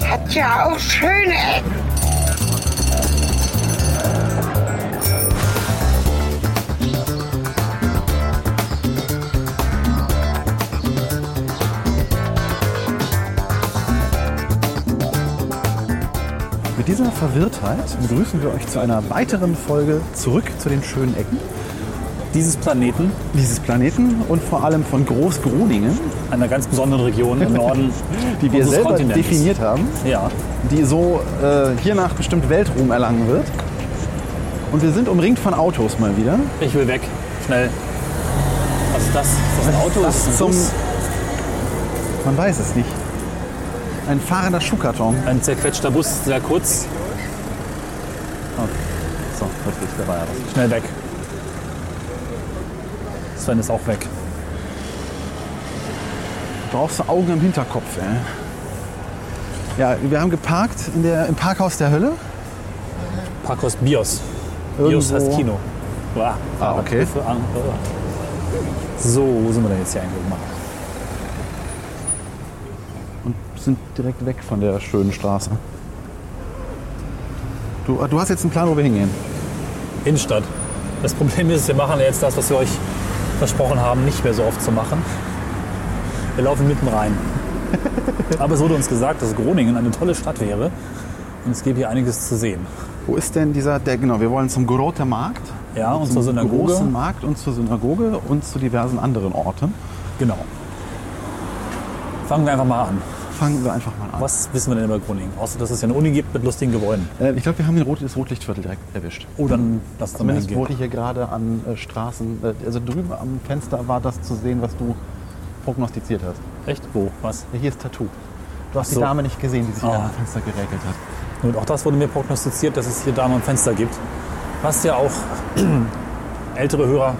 gibt ja auch schöne Ecken. Mit dieser Verwirrtheit begrüßen wir euch zu einer weiteren Folge zurück zu den schönen Ecken dieses Planeten, dieses Planeten und vor allem von Groß-Groningen, einer ganz besonderen Region im Norden, die wir unseres selber Kontinents. definiert haben, Ja, die so äh, hiernach bestimmt Weltruhm erlangen wird. Und wir sind umringt von Autos mal wieder. ich will weg. Schnell. Was ist das? Ist das ein Auto? Das ist das ein zum- Bus? Man weiß es nicht. Ein fahrender Schuhkarton. Ein zerquetschter Bus, sehr kurz. So, richtig, da war ja was. Schnell weg. Sven ist auch weg. brauchst du Augen am Hinterkopf, ey. Ja, wir haben geparkt in der, im Parkhaus der Hölle. Parkhaus Bios. Bios heißt Kino. Uah. Ah, okay. äh, So, wo sind wir denn jetzt hier eigentlich? Mal. Und sind direkt weg von der schönen Straße. Du, ah, du hast jetzt einen Plan, wo wir hingehen. Innenstadt. Das Problem ist, wir machen jetzt das, was wir euch versprochen haben, nicht mehr so oft zu machen. Wir laufen mitten rein. Aber es wurde uns gesagt, dass Groningen eine tolle Stadt wäre und es gäbe hier einiges zu sehen. Wo ist denn dieser, der, genau, wir wollen zum Grote Markt. Ja, und zum zur Synagoge. großen Markt und zur Synagoge und zu diversen anderen Orten. Genau. Fangen wir einfach mal an. Fangen wir einfach mal an. Was wissen wir denn über Groningen? Außer, dass es ja eine Uni gibt mit lustigen Gebäuden. Äh, ich glaube, wir haben den Rot, das Rotlichtviertel direkt erwischt. Oh, dann lass uns mal Zumindest hingehen. wurde hier gerade an äh, Straßen, äh, also drüben am Fenster war das zu sehen, was du prognostiziert hast. Echt? Wo? Was? Ja, hier ist Tattoo. Du hast so. die Dame nicht gesehen, die sich Ah. da am Fenster geräkelt hat. Und auch das wurde mir prognostiziert, dass es hier Damen am Fenster gibt. Was ja auch ältere Hörer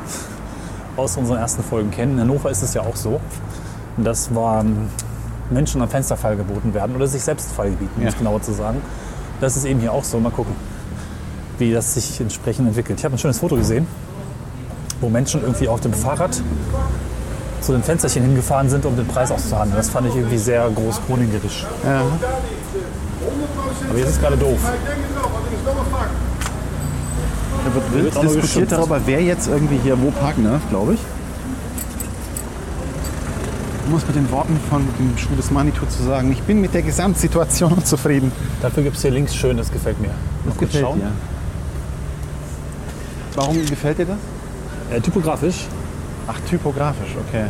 aus unseren ersten Folgen kennen. In Hannover ist es ja auch so, dass ähm, Menschen am Fenster feilgeboten werden oder sich selbst feilgebieten, um Ja. es genauer zu sagen. Das ist eben hier auch so. Mal gucken, wie das sich entsprechend entwickelt. Ich habe ein schönes Foto gesehen, wo Menschen irgendwie auf dem Fahrrad zu den Fensterchen hingefahren sind, um den Preis auszuhandeln. Das fand ich irgendwie sehr groß kroningerisch. Aber jetzt ist gerade doof. Da wird wird auch noch geschimpft. wer jetzt irgendwie hier wo parken darf, glaube ich. Um es mit den Worten von dem Schuh des Manitou zu sagen, ich bin mit der Gesamtsituation unzufrieden. Dafür gibt es hier links schön, das gefällt mir. Mal kurz schauen. Warum gefällt dir das? Äh, typografisch. Ach, typografisch, okay.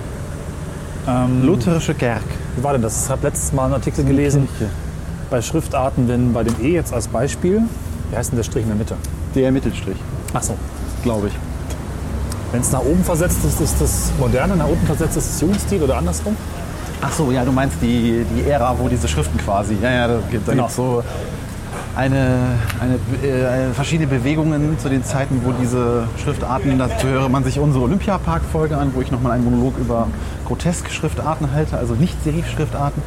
Ähm, Lutherische Gerg. Wie war denn das? Ich habe letztes Mal einen Artikel gelesen bei Schriftarten, wenn bei dem E jetzt als Beispiel, wie heißt denn der Strich in der Mitte? Der Mittelstrich, Ach so. glaube ich. Wenn es nach oben versetzt ist, ist das Moderne, nach unten versetzt ist das Jugendstil oder andersrum? Ach so, ja, du meinst die, die Ära, wo diese Schriften quasi. Ja, ja, da gibt es Genau. so eine, eine äh, verschiedene Bewegungen zu den Zeiten, wo diese Schriftarten, dazu höre man sich unsere Olympiapark-Folge an, wo ich nochmal einen Monolog über groteske Schriftarten halte, also nicht Serifschriftarten.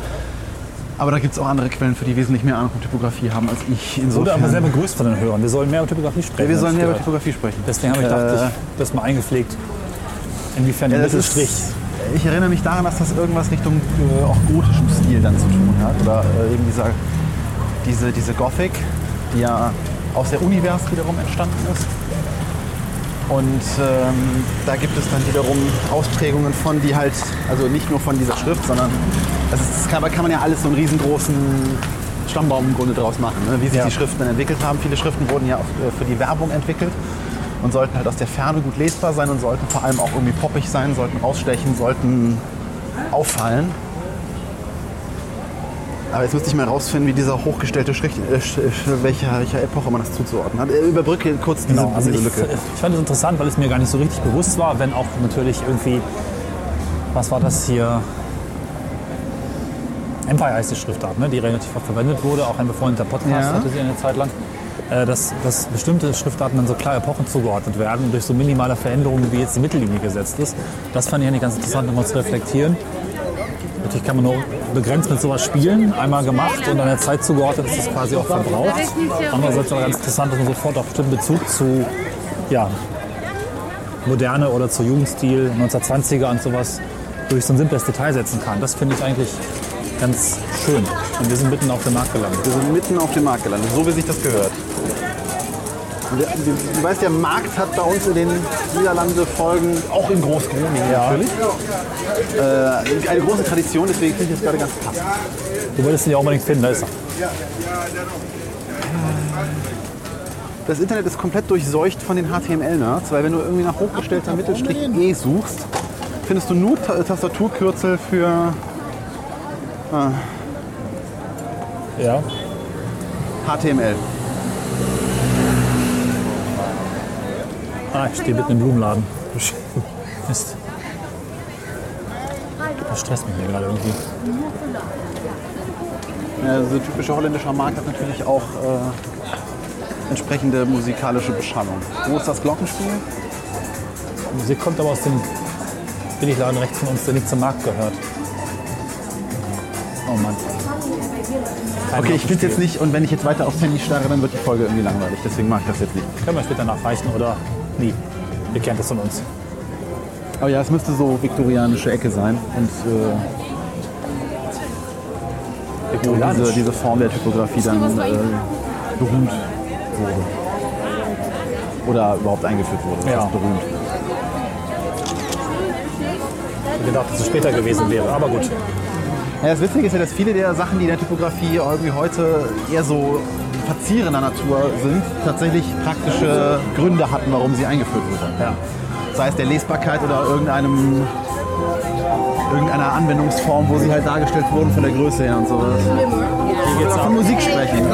Aber da gibt es auch andere Quellen, für die wesentlich mehr Ahnung von Typografie haben als ich. Insofern. Oder aber sehr begrüßt von den Hörern. Wir sollen mehr über Typografie sprechen. ja, wir sollen hab ich mehr über gehört. Typografie sprechen. Deswegen habe ich Äh, gedacht, ich das mal eingepflegt. Inwiefern der Ja, das Mittelstrich. ist, äh, ich erinnere mich daran, dass das irgendwas Richtung äh, auch gotischem Stil dann zu tun hat. Oder äh, eben dieser, diese, diese Gothic, die ja aus der Univers wiederum entstanden ist. Und ähm, da gibt es dann wiederum Ausprägungen von, die halt, also nicht nur von dieser Schrift, sondern das ist, das kann, da kann man ja alles so einen riesengroßen Stammbaum im Grunde draus machen, ne? wie sich Ja. die Schriften dann entwickelt haben. Viele Schriften wurden ja auch äh, für die Werbung entwickelt und sollten halt aus der Ferne gut lesbar sein und sollten vor allem auch irgendwie poppig sein, sollten ausstechen, sollten auffallen. Aber jetzt müsste ich mal rausfinden, wie dieser hochgestellte Strich, äh, Sch- Sch- welcher, welcher Epoche man das zuzuordnen hat. Äh, Überbrücke kurz diese, Genau, also ich, diese ich Lücke. fand es interessant, weil es mir gar nicht so richtig bewusst war, wenn auch natürlich irgendwie, was war das hier? Empire heißt die Schriftart, ne? die relativ oft verwendet wurde, auch ein befreundeter Podcast Ja. hatte sie eine Zeit lang, äh, dass, dass bestimmte Schriftarten dann so klar Epochen zugeordnet werden durch so minimale Veränderungen, wie jetzt die Mittellinie gesetzt ist. Das fand ich eigentlich ganz interessant, nochmal zu reflektieren. Natürlich kann man nur begrenzt mit sowas spielen, einmal gemacht und an der Zeit zugeordnet ist es quasi auch verbraucht. Andererseits war ganz interessant, dass man sofort auch bestimmten Bezug zu ja, Moderne oder zu Jugendstil, 1920er und sowas durch so ein simples Detail setzen kann. Das finde ich eigentlich ganz schön. Und wir sind mitten auf dem Markt gelandet. Wir sind mitten auf dem Markt gelandet, so wie sich das gehört. Und der, du, du weißt, der Markt hat bei uns in den Niederlande Folgen, auch in Großgroningen natürlich, äh, eine große Tradition, deswegen finde ich das gerade ganz passend. Du wolltest ihn ja unbedingt finden, da ist er. Das Internet ist komplett durchseucht von den HTML-Nerds, weil wenn du irgendwie nach hochgestellter Mittelstrich E suchst, findest du nur Ta äh, Tastaturkürzel für Ja. HTML. Ah, ich stehe mitten im Blumenladen. Mist. Das stresst mich hier gerade irgendwie. Ja, also so ein typischer holländischer Markt hat natürlich auch äh, entsprechende musikalische Beschallung. Wo ist das Glockenspiel? Die Musik kommt aber aus dem Billigladen rechts von uns, der nicht zum Markt gehört. Oh Mann. Kein Okay, ich will Glockenspiel. jetzt nicht, und wenn ich jetzt weiter aufs Handy starre, dann wird die Folge irgendwie langweilig. Deswegen mache ich das jetzt nicht. Können wir später nachreichen oder nie. Ihr kennt das von uns. Aber ja, es müsste so viktorianische Ecke sein. Und äh, wo diese, diese Form der Typografie dann äh, berühmt wurde. Oder überhaupt eingeführt wurde. Ja. Das ist berühmt. Ich hätte gedacht, dass es später gewesen wäre, aber gut. Ja, das Witzige ist ja, dass viele der Sachen, die in der Typografie irgendwie heute eher so verzierender Natur sind, tatsächlich praktische Gründe hatten, warum sie eingeführt wurden. Ja. Sei es der Lesbarkeit oder irgendeinem, irgendeiner Anwendungsform, wo sie halt dargestellt wurden von der Größe her und sowas. Hier geht's Oder ab. von Musik sprechen.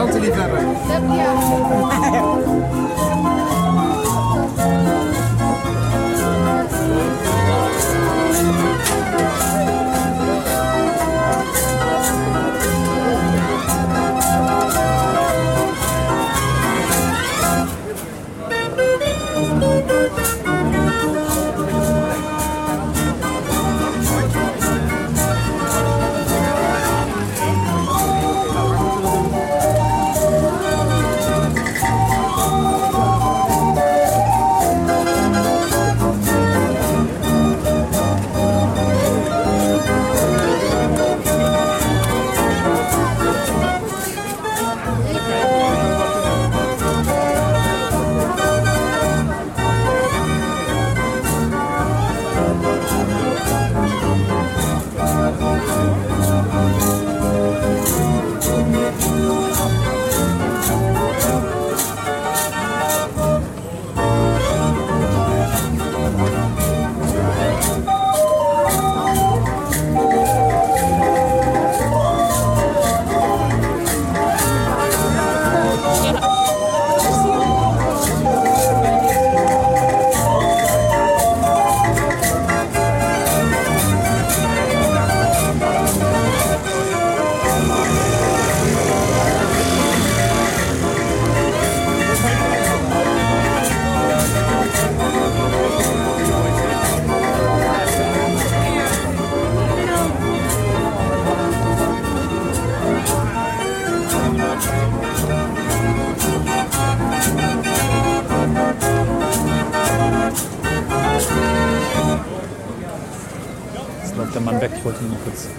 Jetzt läuft der Mann weg, ich wollte ihn nur kurz. Ist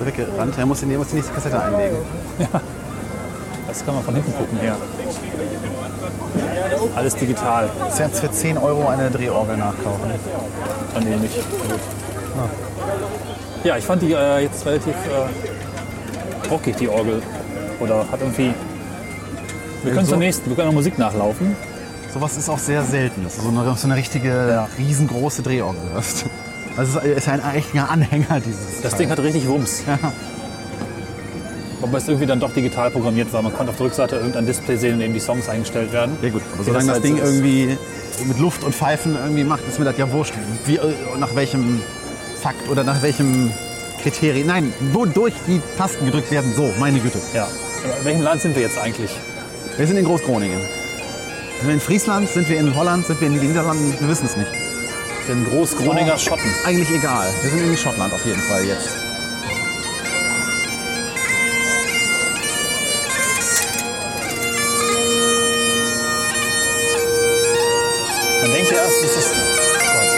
er weggerannt? Er muss in die, muss die nächste Kassette einlegen. Das kann man von hinten gucken her. Alles digital. Das ist jetzt für 10 Euro eine Drehorgel nachkaufen. Dann nehme ich. Gut. Ah. Ja, ich fand die äh, jetzt relativ äh, rockig, die Orgel. Oder hat irgendwie. Wir können so- zur nächsten, wir können auch Musik nachlaufen. Sowas ist auch sehr selten, dass du so eine, so eine richtige, riesengroße Drehorgel hast. Also es ist ein richtiger Anhänger dieses Das Ding hat richtig Wumms. Wobei es irgendwie dann doch digital programmiert war. Man konnte auf der Rückseite irgendein Display sehen, in dem die Songs eingestellt werden. Ja gut, aber Wie solange das, halt Ding so ist. irgendwie mit Luft und Pfeifen irgendwie macht, ist mir das ja wurscht, wie, äh, nach welchem Fakt oder nach welchem Kriterium. Nein, wodurch die Tasten gedrückt werden. So, meine Güte. Ja. In welchem Land sind wir jetzt eigentlich? Wir sind in Großgroningen. Sind wir in Friesland, sind wir in Holland, sind wir in den Niederlanden, wir wissen es nicht. Den Großgroninger Oh. Schotten. Eigentlich egal. Wir sind in Schottland auf jeden Fall jetzt. Man denkt erst, es ist. Gott.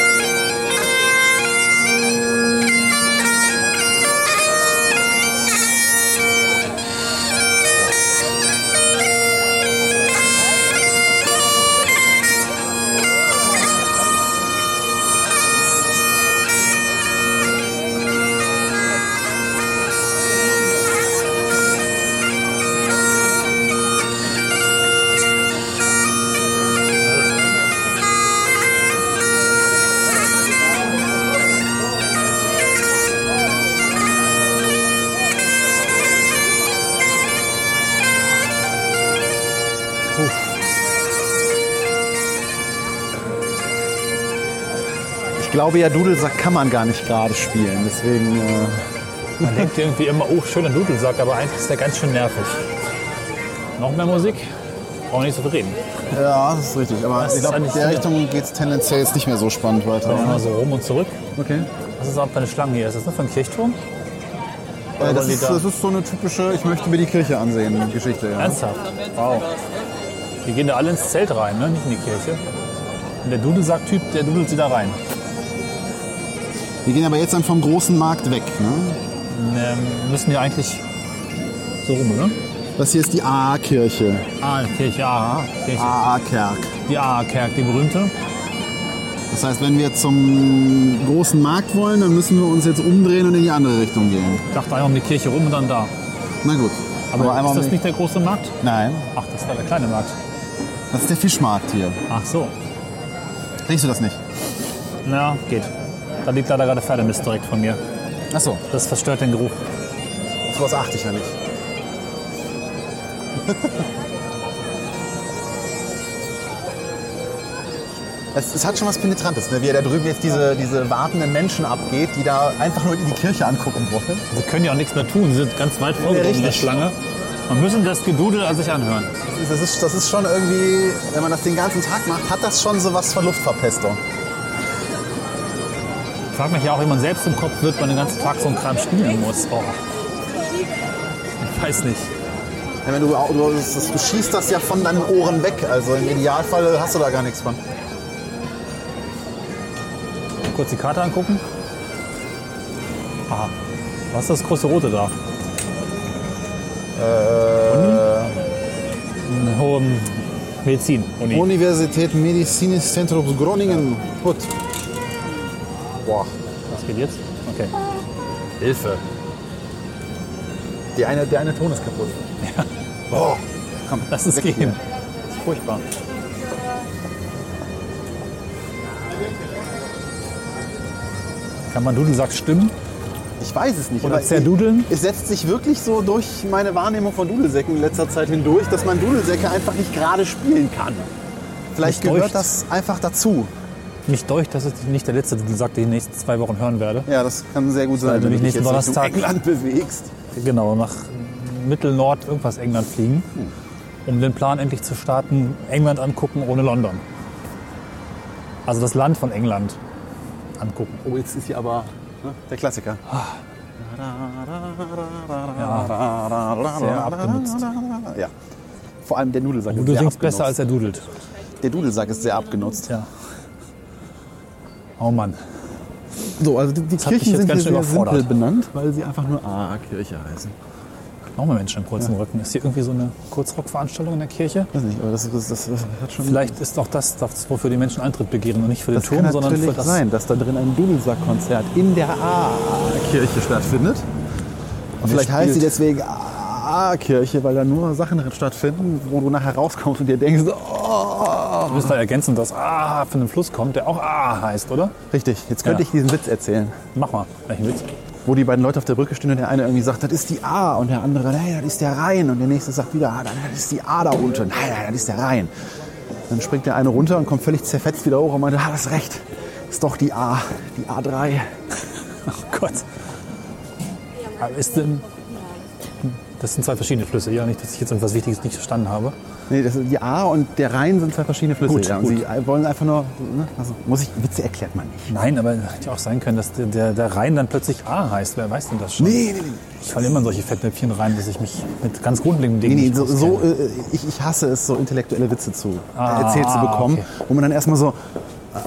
glaube ja, Dudelsack kann man gar nicht gerade spielen. Deswegen, äh, Man denkt irgendwie immer, oh, schöner Dudelsack, aber eigentlich ist der ganz schön nervig. Noch mehr Musik? Brauchen wir nicht so viel reden. ja, das ist richtig. Aber Das ich ist glaube, in eigentlich der viel. Richtung geht es tendenziell jetzt nicht mehr so spannend weiter. Immer so rum und zurück. Okay. Was ist überhaupt für eine Schlange hier? Ist das nur für einen Kirchturm? Äh, das, die ist, da- das ist so eine typische, ich möchte mir die Kirche ansehen, Geschichte. Ja. Ernsthaft? Wow. Die gehen da alle ins Zelt rein, ne? nicht in die Kirche. Und der Dudelsack-Typ, der dudelt sie da rein. Wir gehen aber jetzt dann vom großen Markt weg. Ne? Und, ähm, müssen wir eigentlich so rum, oder? Das hier ist die AA-Kirche. Ah, Kirche, ah, Kirche. AA-Kerk. Die AA-Kerk, die berühmte. Das heißt, wenn wir zum großen Markt wollen, dann müssen wir uns jetzt umdrehen und in die andere Richtung gehen. Ich dachte einmal um die Kirche rum und dann da. Na gut. Aber, ist das um die- nicht der große Markt? Nein, Ach, das war der kleine Markt. das ist der Fischmarkt hier. Ach so. Riechst du das nicht? Na, geht. Da liegt leider gerade Pferdemist direkt von mir. Achso, Das verstört den Geruch. auf sowas achte ich ja nicht. Es, es hat schon was Penetrantes, ne? wie er da drüben jetzt diese, diese wartenden Menschen abgeht, die da einfach nur in die Kirche angucken wollen. Sie können ja auch nichts mehr tun. Sie sind ganz weit vorgedrungen in der richtig. Schlange. Man müssen das Gedudel an sich anhören. Das ist, das ist schon irgendwie, wenn man das den ganzen Tag macht, hat das schon so was von Luftverpestung. Ich frage mich ja auch, wie man selbst im Kopf wird, wenn man den ganzen Tag so einen Kram spielen muss. Oh. Ich weiß nicht. Ja, wenn du, du, du schießt das ja von deinen Ohren weg, also im Idealfall hast du da gar nichts von. Kurz die Karte angucken. Aha. Was ist das große Rote da? Äh. Uni? Hohem Medizin. Uni. Universität Medizinisch Zentrum Groningen. Gut. Boah, Was geht jetzt? Okay. Hilfe. Die eine, der eine Ton ist kaputt. Boah, komm, Lass es weg gehen. hier. Das ist furchtbar. Kann man Dudelsack stimmen? Ich weiß es nicht. Oder aber zerdudeln? Es setzt sich wirklich so durch meine Wahrnehmung von Dudelsäcken in letzter Zeit hindurch, dass man Dudelsäcke einfach nicht gerade spielen kann. Vielleicht Mich gehört deucht. das einfach dazu. Mich deucht, dass es nicht der letzte Dudelsack, den ich in den nächsten zwei Wochen hören werde. Ja, das kann sehr gut sein, du mich nächsten jetzt Richtung Donnerstag- England bewegst. Genau, nach Mittelnord, irgendwas England fliegen, um den Plan endlich zu starten, England angucken ohne London. Also das Land von England angucken. Oh, jetzt ist hier aber ne, der Klassiker. Sehr abgenutzt. Ja. Vor allem der Nudelsack Du ist sehr singst abgenutzt. besser, als er dudelt. der Dudelsack ist sehr abgenutzt. Ja. Oh Mann. So, also die, die hat mich jetzt ganz schön überfordert. benannt, weil sie einfach nur AA-Kirche heißen. Nochmal Menschen im kurzen Rücken. Ist hier irgendwie so eine Kurzrockveranstaltung in der Kirche? Weiß nicht, aber das, das, das, das hat schon... Vielleicht ist auch das, das, wofür die Menschen Eintritt begehren und nicht für den das Turm, kann sondern für natürlich das. sein, dass da drin ein Dudelsack-Konzert in der AA-Kirche stattfindet. Und vielleicht der heißt sie spielt. deswegen AA-Kirche, weil da nur Sachen drin stattfinden, wo du nachher rauskommst und dir denkst, oh. Du musst da ergänzen, dass Ah von einem Fluss kommt, der auch Ah heißt, oder? Richtig, jetzt könnte Ja. ich diesen Witz erzählen, Mach mal. Welchen Witz? wo die beiden Leute auf der Brücke stehen und der eine irgendwie sagt, das ist die A und der andere, nein, das ist der Rhein und der nächste sagt wieder, ah, nein, das ist die A da unten, nein, nein, das ist der Rhein. Dann springt der eine runter und kommt völlig zerfetzt wieder hoch und meint, ah, das ist recht, ist doch die A, die A3. Oh Gott. Aber Ist denn. Das sind zwei verschiedene Flüsse. Ja, nicht, dass ich jetzt irgendwas Wichtiges nicht verstanden habe. Nee, das ist die A und der Rhein sind zwei verschiedene Flüsse. Gut, ja. Und gut. Sie wollen einfach nur, ne? also, muss ich, Witze erklärt man nicht. Nein, aber hätte ja auch sein können, dass der, der, der Rhein dann plötzlich A heißt. Wer weiß denn das schon? Nee, nee, nee. Ich falle immer in solche Fettnäpfchen rein, dass ich mich mit ganz grundlegenden Nee, Dingen. nee, nicht so, so, auskenne. äh, ich, ich hasse es, so intellektuelle Witze zu Ah, erzählt zu bekommen, okay. wo man dann erstmal so,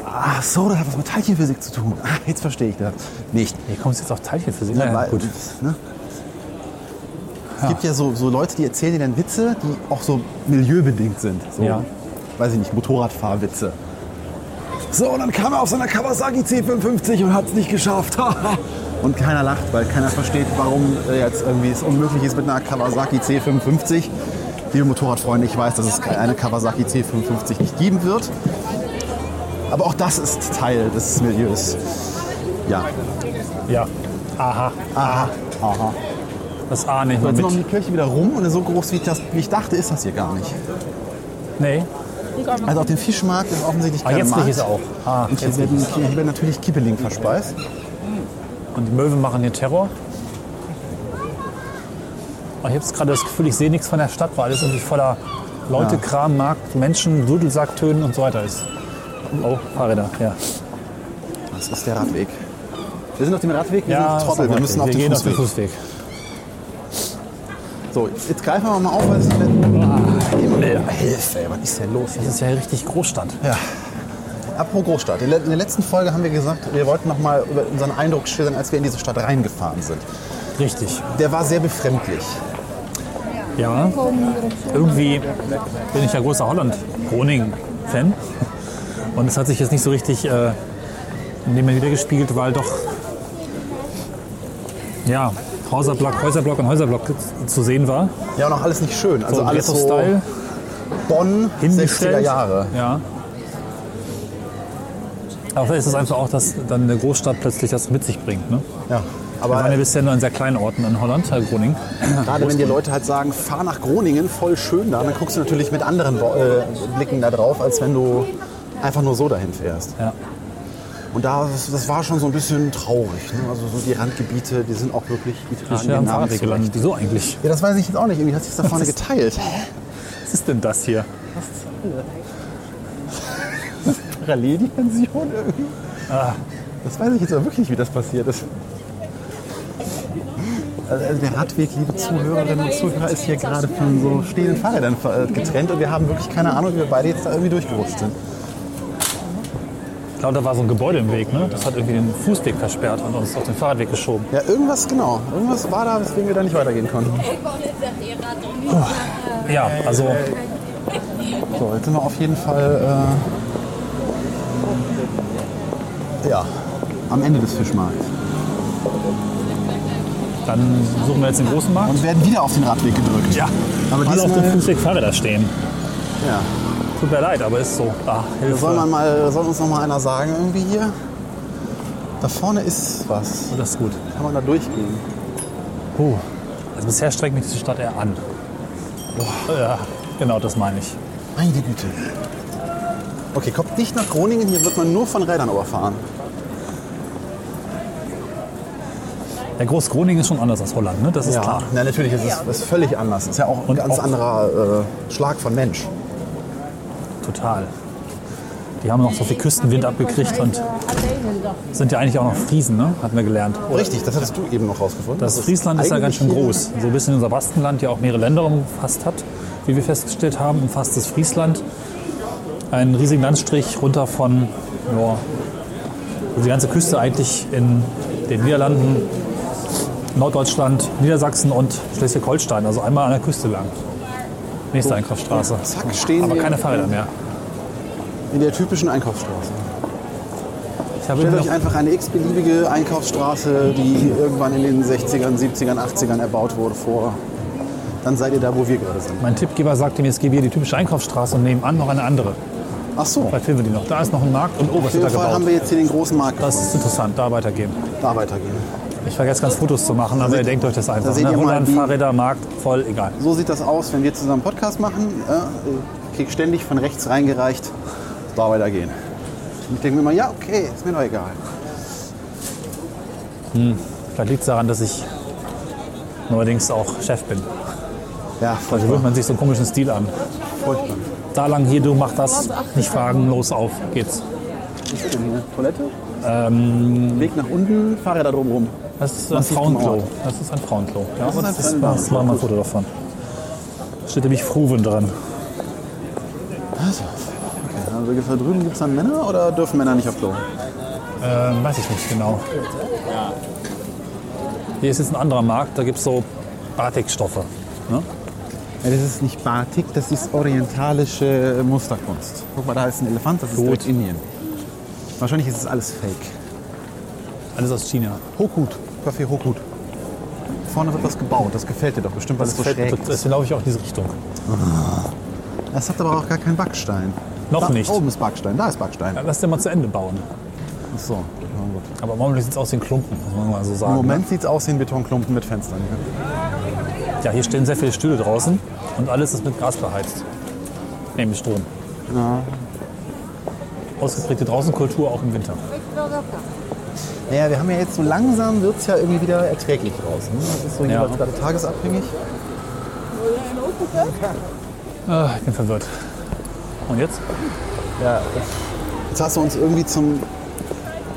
ach so, das hat was mit Teilchenphysik zu tun. Ah, jetzt verstehe ich das. Nicht. Hier kommt es jetzt auf Teilchenphysik. Ja, Na weil, gut. Ne? Es gibt ja so, so Leute, die erzählen dir dann Witze, die auch so milieubedingt sind. So, Ja. Weiß ich nicht, Motorradfahrwitze. So, und dann kam er auf seiner Kawasaki C55 und hat es nicht geschafft. und keiner lacht, weil keiner versteht, warum äh, jetzt irgendwie es unmöglich ist mit einer Kawasaki C55. Liebe Motorradfreunde, ich weiß, dass es eine Kawasaki C55 nicht geben wird. Aber auch das ist Teil des Milieus. Ja. Ja. Aha. Aha. Aha. Das A nicht mal Jetzt sind wir mit. um die Kirche wieder rum und so groß wie ich, das, wie ich dachte, ist das hier gar nicht. Nee. Also auf dem Fischmarkt ist offensichtlich Ah, kein jetzt Markt. riecht es auch. Ah, und hier jetzt wird, hier wird natürlich Kippeling verspeist. Und die Möwen machen hier Terror. Aber ich habe gerade das Gefühl, ich sehe nichts von der Stadt, weil alles irgendwie voller Leute, Kram, Markt, Menschen, Dudelsacktönen und so weiter ist. Oh, Fahrräder, ja. Das ist der Radweg. Wir sind auf dem Radweg, wir ja sind Trottel, wir müssen auf wir den gehen Fußweg. auf den Fußweg. So, jetzt greifen wir mal auf, weil es wird... Ah, Hilfe, ey, was ist denn los Das ist ja richtig Großstadt. Ja. Apropos Großstadt. In der in der letzten Folge haben wir gesagt, wir wollten noch mal über unseren Eindruck schildern, als wir in diese Stadt reingefahren sind. Richtig. Der war sehr befremdlich. Ja. Irgendwie bin ich ja großer Holland-Groningen-Fan. Und es hat sich jetzt nicht so richtig äh, in dem wieder gespiegelt, weil doch ja, Häuserblock, Häuserblock und Häuserblock zu sehen war. Ja, und auch alles nicht schön. Also So alles so Ghetto-Style. Bonn 60er hingestellt. Jahre. Ja. Aber vielleicht ist es einfach auch, dass dann eine Großstadt plötzlich das mit sich bringt. Ne? Ja. Ich meine, Aber wir bist ja nur in sehr kleinen Orten in Holland, halt Groningen. gerade wenn dir Leute halt sagen, fahr nach Groningen, voll schön da, dann guckst du natürlich mit anderen Wo- äh, Blicken da drauf, als wenn du einfach nur so dahin fährst. Ja. Und da, das, das war schon so ein bisschen traurig. Ne? Also so die Randgebiete, die sind auch wirklich Ich bin ja am Fahrradweg zurecht. gelandet. Wieso eigentlich? Ja, das weiß ich jetzt auch nicht. Irgendwie hat sich da vorne geteilt. Was ist denn das hier? Paralleldimension irgendwie. Ah. Das weiß ich jetzt aber wirklich nicht, wie das passiert ist. Also also der Radweg, liebe Zuhörerinnen und Zuhörer, ist hier gerade von so stehenden Fahrrädern äh, getrennt und wir haben wirklich keine Ahnung, wie wir beide jetzt da irgendwie durchgerutscht sind. Ich glaube, da war so ein Gebäude im Weg. Ne? Das hat irgendwie den Fußweg versperrt und uns auf den Fahrradweg geschoben. Ja, irgendwas genau. Irgendwas war da, weswegen wir da nicht weitergehen konnten. Ja, also So, jetzt sind wir auf jeden Fall äh, ja, am Ende des Fischmarkts. dann suchen wir jetzt den großen Markt. Und werden wieder auf den Radweg gedrückt. Aber weil auf dem diesmal, Fußweg Fahrräder stehen. ja, Tut mir leid, aber ist so. Ah, Hilfe. soll, man mal, soll uns noch mal einer sagen irgendwie hier? Da vorne ist was. das ist gut. Kann man da durchgehen? Puh. Also bisher streckt mich die Stadt eher an. Ja, genau das meine ich. Meine Güte. Okay, kommt nicht nach Groningen, hier wird man nur von Rädern überfahren. Der Groß Groningen ist schon anders als Holland, ne? Das ist klar. Na, natürlich, es ist, ist völlig anders. Ist ja auch ein Und ganz auch- anderer äh, Schlag von Mensch. Total. Die haben noch so viel Küstenwind abgekriegt und sind ja eigentlich auch noch Friesen, ne? Hatten wir gelernt. Richtig, das hattest du eben noch rausgefunden. Das ist Friesland ist ja ganz schön eigentlich hier- groß. So ein bisschen unser Baskenland, ja auch mehrere Länder umfasst hat, wie wir festgestellt haben, umfasst das Friesland. Einen riesigen Landstrich runter von, ja, also die ganze Küste eigentlich in den Niederlanden, Norddeutschland, Niedersachsen und Schleswig-Holstein. Also einmal an der Küste lang. Nächste Einkaufsstraße. Zack, stehen Aber wir keine Fahrräder mehr. in der typischen Einkaufsstraße. Ich habe Stellt immer euch noch, einfach eine x-beliebige Einkaufsstraße, die irgendwann in den 60ern, 70ern, 80ern erbaut wurde, vor. Dann seid ihr da, wo wir gerade sind. mein Tippgeber sagte mir, es gäbe hier die typische Einkaufsstraße und nebenan noch eine andere. Ach so. Vielleicht finden wir die noch. Da ist noch ein Markt und oh, was Auf wird da jeden Fall haben wir gebaut? jetzt hier den großen Markt. Das gefunden. ist interessant, da weitergehen. Da weitergehen. Ich vergesse ganz Fotos zu machen, aber ihr denkt euch das einfach. seht Ne? ihr mal, Holland, wie- Fahrräder, Markt, voll egal. So sieht das aus, wenn wir zusammen Podcast machen. Äh, krieg ständig von rechts reingereicht, da weitergehen. Und ich denke mir immer, ja, okay, ist mir doch egal. Vielleicht liegt es daran, dass ich neuerdings auch Chef bin. Ja, Da furchtbar. gewöhnt man sich so einen komischen Stil an. furchtbar. Da lang hier, du mach das, nicht fragen, los, auf geht's. Was ist denn hier? Toilette? Weg nach unten, Fahrräder drumherum. Das ist ein Massiv Frauenklo. gemauert. Das ist ein Frauenklo. Ja, Das aber ist das ein ist, das machen wir ein Frauenklo. Foto davon. Steht nämlich Fruven dran. Also da drüben gibt es dann Männer oder dürfen Männer nicht auf Klo? Ähm, weiß ich nicht genau. Hier ist jetzt ein anderer Markt, da gibt es so Batikstoffe. Ne? Ja, das ist nicht Batik, das ist orientalische Musterkunst. Guck mal, da ist ein Elefant, das ist Gut. direkt Indien. Wahrscheinlich ist es alles Fake. Alles aus China. Hokut, Kaffee Hokut. Vorne wird was gebaut, das gefällt dir doch bestimmt, weil es so schräg ist. Deswegen laufe ich auch in diese Richtung. Das hat aber auch gar keinen Backstein. Noch da nicht. oben ist Backstein, da ist Backstein. Ja, Lass den mal zu Ende bauen. Ach so. Na gut. Aber im Augenblick sieht es aus wie ein Klumpen, muss man mal so sagen. Im Moment sieht es aus wie ein Betonklumpen mit Fenstern. Ja, hier stehen sehr viele Stühle draußen und alles ist mit Gras beheizt. Nee, mit Strom. Ausgeprägte Draußenkultur auch im Winter. Naja, wir haben ja jetzt so langsam wird es ja irgendwie wieder erträglich raus. Ne? Das ist so Ja. jeweils gerade tagesabhängig. Ah, ich bin verwirrt. Und jetzt? Jetzt hast du uns irgendwie zum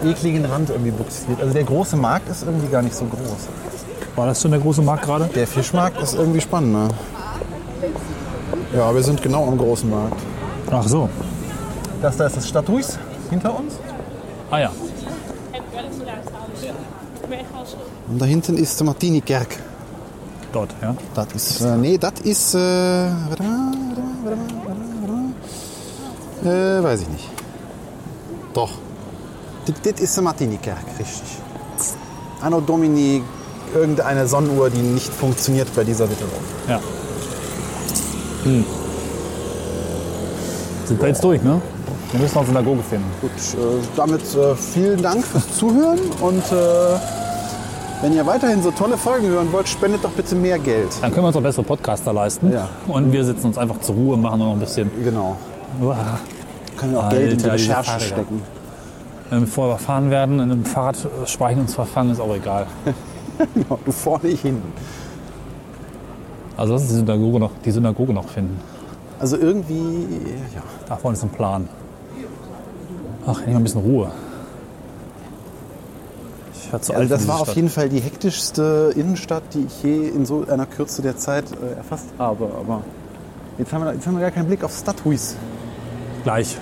ekligen Rand irgendwie buxiert. Also der große Markt ist irgendwie gar nicht so groß. War das schon der große Markt gerade? Der Fischmarkt ist irgendwie spannender. Ja, wir sind genau am großen Markt. Ach so. Das da ist das Stadthuis hinter uns. Ah ja. Und da hinten ist Martini Kerk. Dort, ja. Das ist. Äh, nee, das ist. Äh, warte mal, warte mal, warte mal, warte mal. Äh, weiß ich nicht. Doch. Das, das ist der Martini-Kerk, richtig. Anno Domini, irgendeine Sonnenuhr, die nicht funktioniert bei dieser Witterung. Ja. Hm. Sind wir jetzt durch, ne? Wir müssen noch eine Synagoge finden. Gut, äh, damit äh, vielen Dank fürs Zuhören und äh, wenn ihr weiterhin so tolle Folgen hören wollt, spendet doch bitte mehr Geld. Dann können wir uns auch bessere Podcaster leisten. Ja. Und wir sitzen uns einfach zur Ruhe, machen nur noch ein bisschen. Genau. Uah. Können wir auch Geld in die Alter, diese Recherche Fahrräder. stecken. Wenn wir vorher überfahren werden, in einem Fahrrad äh, speichern uns verfangen, ist auch egal. Genau, du vorne, ich hinten. Also lass uns die Synagoge noch, die Synagoge noch finden. Also irgendwie, ja. Da vorne ist ein Plan. Ach, endlich mal ein bisschen Ruhe. Ich war zu alt Also für das diese war auf Stadt. jeden Fall die hektischste Innenstadt, die ich je in so einer Kürze der Zeit äh, erfasst habe. Aber jetzt haben, wir, jetzt haben wir gar keinen Blick auf Stadthuis. Gleich.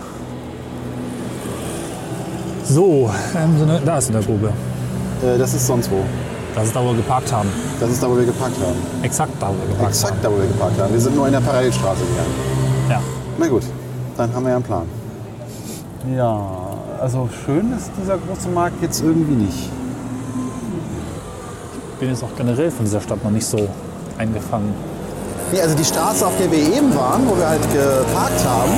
So, ähm, so eine, da ist Synagoge. Äh, das ist sonst wo. Das ist da, wo wir geparkt haben. Das ist da, wo wir geparkt haben. Exakt da, wo wir geparkt Exakt da, wo wir geparkt haben. Wir sind nur in der Parallelstraße gegangen. haben. Ja. Na gut, dann haben wir ja einen Plan. Ja, also schön ist dieser große Markt jetzt irgendwie nicht. Ich bin jetzt auch generell von dieser Stadt noch nicht so eingefangen. Nee, also die Straße, auf der wir eben waren, wo wir halt geparkt haben,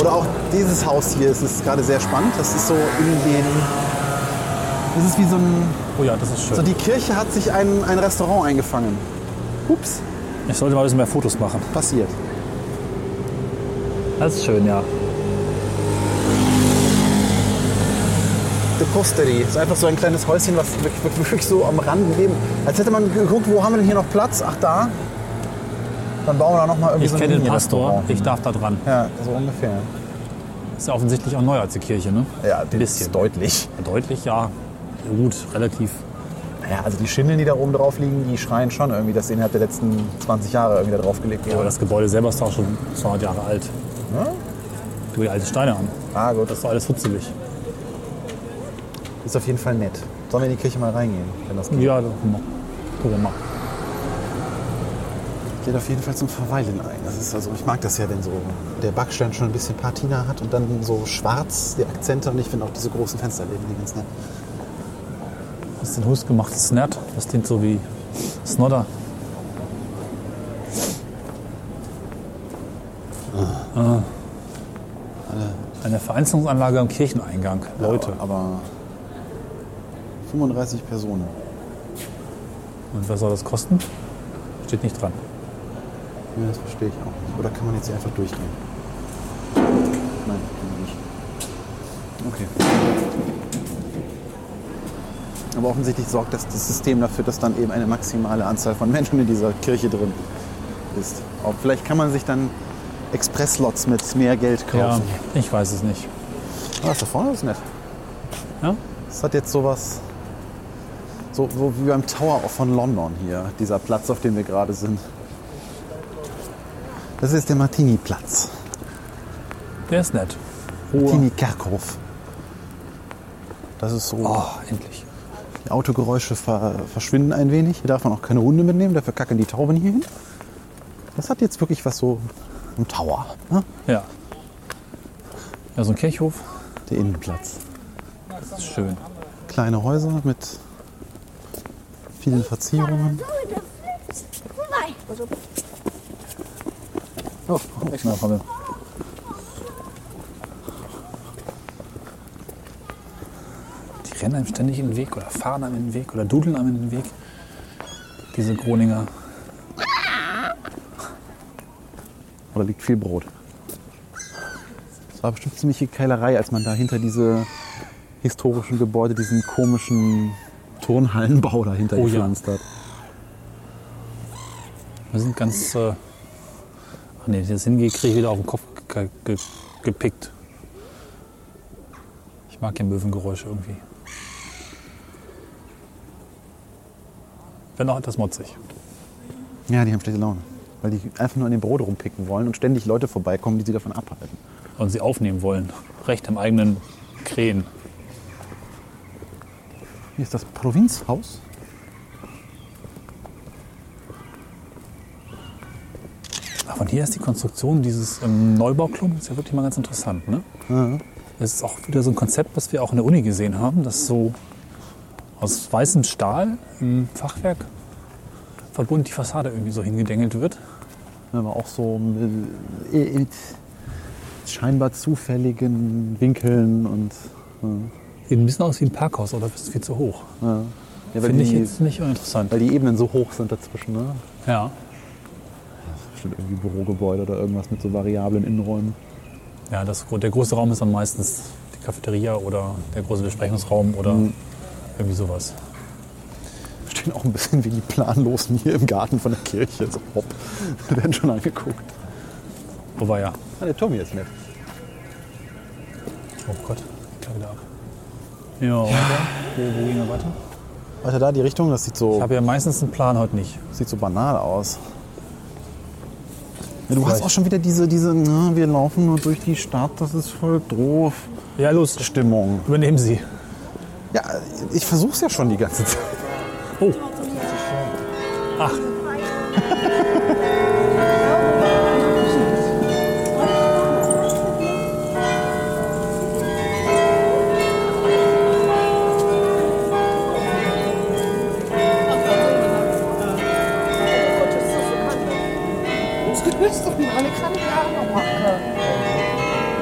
oder auch dieses Haus hier, es ist gerade sehr spannend. Das ist so in den. Das ist wie so ein. Oh ja, das ist schön. So die Kirche hat sich ein, ein Restaurant eingefangen. Ups, Ich sollte mal ein bisschen mehr Fotos machen. passiert. Das ist schön, ja. The Postery ist einfach so ein kleines Häuschen, was wirklich, wirklich, wirklich so am Rand leben. Als hätte man geguckt, wo haben wir denn hier noch Platz? Ach, da. Dann bauen wir da nochmal irgendwie Ich so ein kenne den Pastor, Mini-Restaurant. ich darf da dran. Ja, so ungefähr. Ist ja offensichtlich auch neu als die Kirche, ne? Ja, ein bisschen. deutlich. Deutlich, ja. Gut, relativ. Naja, also die Schindeln, die da oben drauf liegen, die schreien schon irgendwie, dass innerhalb der letzten 20 Jahre irgendwie da draufgelegt Aber wurde. das Gebäude selber ist auch schon 200 Jahre alt. Ja? Guck dir die alten Steine an. Ah, gut, Das das ist doch alles futzelig. ist auf jeden Fall nett. Sollen wir in die Kirche mal reingehen, wenn das geht? Ja, das guck mal. Geht auf jeden Fall zum Verweilen ein. Das ist also, ich mag das ja, wenn so der Backstein schon ein bisschen Patina hat und dann so schwarz die Akzente und ich finde auch diese großen Fensterläden die ganz nett. Das ist ein Hus gemacht, das ist nett. Das klingt so wie Snodder. Ah. Eine Vereinzelungsanlage am Kircheneingang. Leute. Aber 35 Personen. Und was soll das kosten? Steht nicht dran. Ja, das verstehe ich auch nicht. Oder kann man jetzt hier einfach durchgehen? Nein, kann man nicht. Okay. Aber offensichtlich sorgt das, das System dafür, dass dann eben eine maximale Anzahl von Menschen in dieser Kirche drin ist. Auch vielleicht kann man sich dann Express-Lots mit mehr Geld Ja, kaufen. ich weiß es nicht. Ah, das da vorne ist nett. Ja? Das hat jetzt sowas. So, so wie beim Tower von London hier, dieser Platz, auf dem wir gerade sind. Das ist der Martini-Platz. Der ist nett. Martini Kerkhof. Das ist so. Oh, endlich. Die Autogeräusche ver verschwinden ein wenig. Hier darf man auch keine Hunde mitnehmen, dafür kacken die Tauben hier hin. Das hat jetzt wirklich was so im Tower, ne? Ja. Ja, so ein Kirchhof. der Innenplatz. Das ist schön. Kleine Häuser mit vielen Verzierungen. Oh, ich mal komm. Die rennen einem ständig in den Weg oder fahren einem in den Weg oder dudeln einem in den Weg. Diese Groninger. Oder liegt viel Brot. Es war bestimmt ziemliche Keilerei, als man da hinter diese historischen Gebäude, diesen komischen Turnhallenbau dahinter Oh ja. gepflanzt hat. Wir sind ganz. Äh, ach nee, das hingehe, kriege ich wieder auf den Kopf ge ge gepickt. Ich mag ja Möwengeräusche irgendwie. Wenn auch etwas motzig. Ja, die haben schlechte Laune. Weil die einfach nur an dem Brot rumpicken wollen und ständig Leute vorbeikommen, die sie davon abhalten. Und sie aufnehmen wollen. Recht am eigenen Krähen. Hier ist das Provinzhaus. Ah, Von hier ist die Konstruktion dieses ähm, Neubauklumpen ist ja wirklich mal ganz interessant. Ne? Das ist auch wieder so ein Konzept, was wir auch in der Uni gesehen haben, das so aus weißem Stahl im Fachwerk verbunden die Fassade irgendwie so hingedengelt wird. Ja, war auch so äh, in scheinbar zufälligen Winkeln und. Sieht ein bisschen aus wie ein Parkhaus oder ist viel zu hoch. Ja, ja, weil, Finde ich die, jetzt nicht uninteressant. weil die Ebenen so hoch sind dazwischen. Ne? Ja. Bestimmt irgendwie Bürogebäude oder irgendwas mit so variablen Innenräumen. Ja, das, der große Raum ist dann meistens die Cafeteria oder der große Besprechungsraum oder Mhm. irgendwie sowas. Stehen auch ein bisschen wie die Planlosen hier im Garten von der Kirche. So, hopp, werden schon angeguckt. Wobei ja. Ah, der Tommy ist nett. Oh Gott, klar wieder ab. Ja, Wo, wo gehen wir weiter? Weiter da die Richtung, das sieht Ich so, habe ja meistens einen Plan heute nicht. sieht so banal aus. Ja, du hast Vielleicht. auch schon wieder diese, diese na, wir laufen nur durch die Stadt, das ist voll doof. Ja, los, Stimmung. übernehmen Sie. Ja, ich versuch's ja schon die ganze Zeit. Oh. Ach. Das Gewürzt auf meine Kranke auch machen.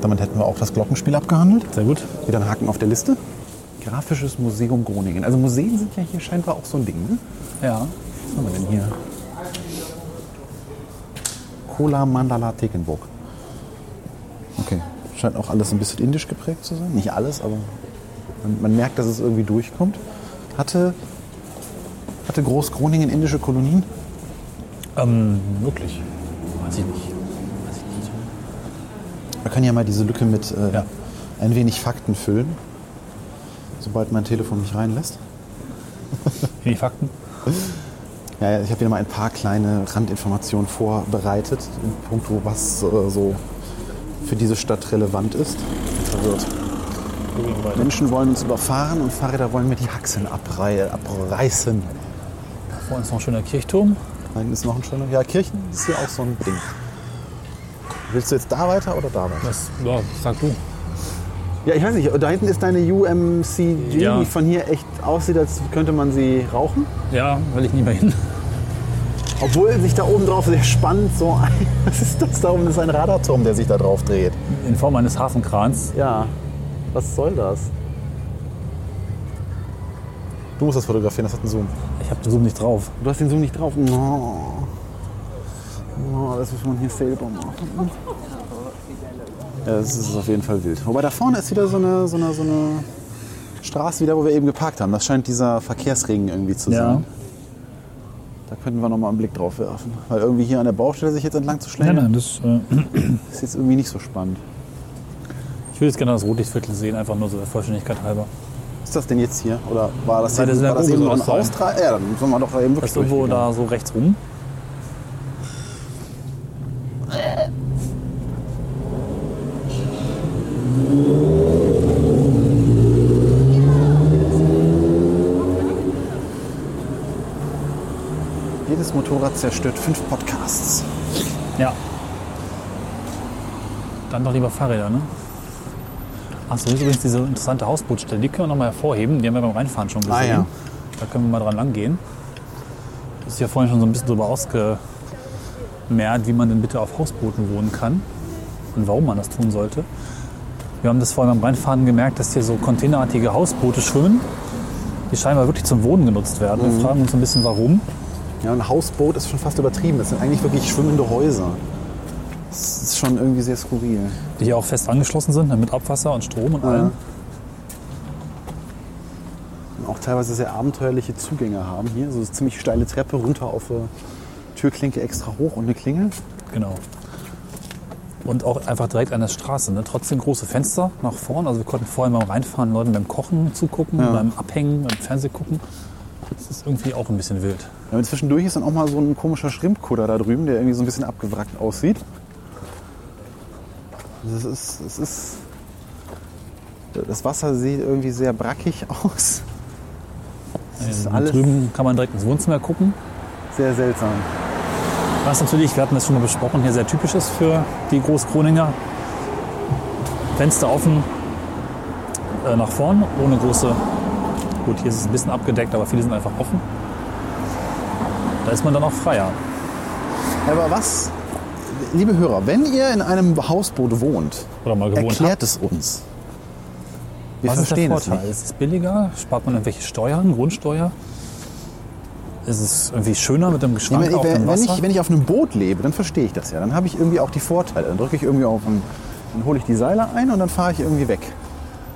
Damit hätten wir auch das Glockenspiel abgehandelt. Sehr gut. Wieder ein Haken auf der Liste. Grafisches Museum Groningen. Also Museen sind ja hier scheinbar auch so ein Ding. Ne? Ja. Was haben wir denn hier? Kola Mandala Tekenburg. Okay. Scheint auch alles ein bisschen indisch geprägt zu sein. Nicht alles, aber man, man merkt, dass es irgendwie durchkommt. Hatte, hatte Groß-Groningen indische Kolonien? Ähm, wirklich. Weiß ich nicht. Weiß ich nicht. Wir können ja mal diese Lücke mit äh, Ja. ein wenig Fakten füllen, sobald mein Telefon mich reinlässt. In die Fakten? Ja, ja, ich habe wieder mal ein paar kleine Randinformationen vorbereitet, in puncto, was äh, so für diese Stadt relevant ist. Verwirrt. Wir gehen weiter. Menschen wollen uns überfahren und Fahrräder wollen mir die Haxen abrei abreißen. Vor uns noch ein schöner Kirchturm. Nein, ist noch ein schöner. Ja, Kirchen ist hier auch so ein Ding. Willst du jetzt da weiter oder da weiter? Das, ja, sag du. Ja, ich weiß nicht. Da hinten ist deine UMCG, Ja. die von hier echt aussieht, als könnte man sie rauchen. Ja, will ich nie mehr hin. Obwohl sich da oben drauf sehr spannend so ein. Was ist das da oben? Das ist ein Radarturm, der sich da drauf dreht. In Form eines Hafenkrans. Ja. Was soll das? Du musst das fotografieren, das hat einen Zoom. Ich habe den Zoom nicht drauf. Du hast den Zoom nicht drauf. No. No, das muss man hier selber machen. Ja, das ist auf jeden Fall wild. Wobei da vorne ist wieder so eine, so eine, so eine Straße, wieder, wo wir eben geparkt haben. Das scheint dieser Verkehrsregen irgendwie zu sein. Ja. Da könnten wir nochmal einen Blick drauf werfen. Weil irgendwie hier an der Baustelle sich jetzt entlang zu schlängeln, Nein, nein, das, äh, ist jetzt irgendwie nicht so spannend. ich würde jetzt gerne das Rotlichtviertel sehen, einfach nur so der Vollständigkeit halber. Ist das denn jetzt hier? Oder war das, eben, Nein, das ist war das ja eben nur ein oben so Austrag? Ja, dann sind wir doch da eben Das wirklich ist irgendwo durchgegangen. da so rechts rum. Jedes Motorrad zerstört fünf Podcasts. Ja. Dann doch lieber Fahrräder, ne? Achso, hier ist übrigens diese interessante Hausbootstelle. Die können wir nochmal hervorheben. Die haben wir beim Reinfahren schon gesehen. Ah, ja. Da können wir mal dran lang gehen. Ist ja vorhin schon so ein bisschen drüber ausgemerkt, wie man denn bitte auf Hausbooten wohnen kann und warum man das tun sollte. Wir haben das vorhin beim Reinfahren gemerkt, dass hier so containerartige Hausboote schwimmen. die scheinbar wirklich zum Wohnen genutzt werden. Mhm. Wir fragen uns ein bisschen, warum. Ja, ein Hausboot ist schon fast übertrieben. Das sind eigentlich wirklich schwimmende Häuser. Das ist schon irgendwie sehr skurril. Die hier auch fest angeschlossen sind, ne, mit Abwasser und Strom Mhm. und allem. Und auch teilweise sehr abenteuerliche Zugänge haben hier. So eine ziemlich steile Treppe runter auf eine Türklinke extra hoch und eine Klingel. Genau. Und auch einfach direkt an der Straße. Ne? Trotzdem große Fenster nach vorn. Also wir konnten vorhin beim Reinfahren Leuten beim Kochen zugucken, beim Abhängen, beim Fernseh gucken. Das ist irgendwie auch ein bisschen wild. Ja, und zwischendurch ist dann auch mal so ein komischer Schrimpkutter da drüben, der irgendwie so ein bisschen abgewrackt aussieht. Das ist, das ist. Das Wasser sieht irgendwie sehr brackig aus. Das ist Ähm, alles drüben kann man direkt ins Wohnzimmer gucken. sehr seltsam. Was natürlich, wir hatten das schon mal besprochen, hier sehr typisch ist für die Großkroninger. Fenster offen äh, nach vorn, ohne große. Gut, hier ist es ein bisschen abgedeckt, aber viele sind einfach offen. Da ist man dann auch freier. Aber was, liebe Hörer, wenn ihr in einem Hausboot wohnt, Oder mal gewohnt erklärt es uns. Wir Was ist der verstehen es Vorteil? nicht. Ist es billiger? Spart man irgendwelche Steuern, Grundsteuer? Ist es irgendwie schöner mit dem Ich Geschmack meine, auf wenn, dem wenn, Wasser? ich, wenn ich auf einem Boot lebe, dann verstehe ich das ja. Dann habe ich irgendwie auch die Vorteile. Dann drücke ich irgendwie auf ein, dann hole ich die Seile ein und dann fahre ich irgendwie weg.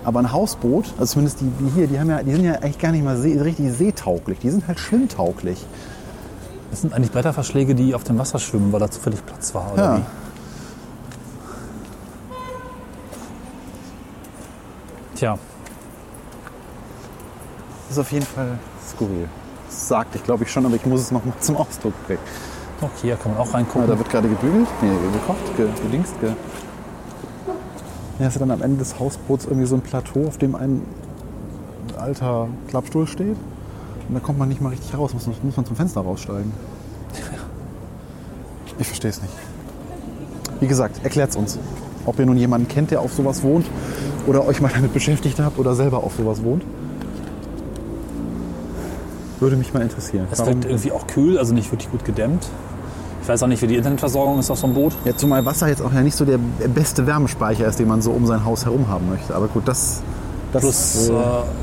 Aber ein Hausboot, also zumindest die wie hier, die, haben ja, die sind ja eigentlich gar nicht mal see, richtig seetauglich. Die sind halt schwimmtauglich. das sind eigentlich Blätterverschläge, die auf dem Wasser schwimmen, weil da zufällig Platz war. Oder Ja. wie? Tja, Das ist auf jeden Fall skurril. Das sagte ich, glaube ich, schon, aber ich muss es nochmal zum Ausdruck bringen. auch hier kann man auch Ja, reingucken. Ah, da wird gerade gebügelt, nee, gekocht, ge, gedingst, ge. Ja, hast du dann am Ende des Hausboots irgendwie so ein Plateau, auf dem ein alter Klappstuhl steht. Und da kommt man nicht mal richtig raus, muss, muss man zum Fenster raussteigen. Ich verstehe es nicht. Wie gesagt, erklärt's uns. Ob ihr nun jemanden kennt, der auf sowas wohnt oder euch mal damit beschäftigt habt oder selber auf sowas wohnt. Würde mich mal interessieren. es Warum- wirkt irgendwie auch kühl, also nicht wirklich gut gedämmt. Ich weiß auch nicht, wie die Internetversorgung ist auf so einem Boot. Ja, zumal Wasser jetzt auch ja nicht so der beste Wärmespeicher ist, den man so um sein Haus herum haben möchte. Aber gut, das. das Plus äh,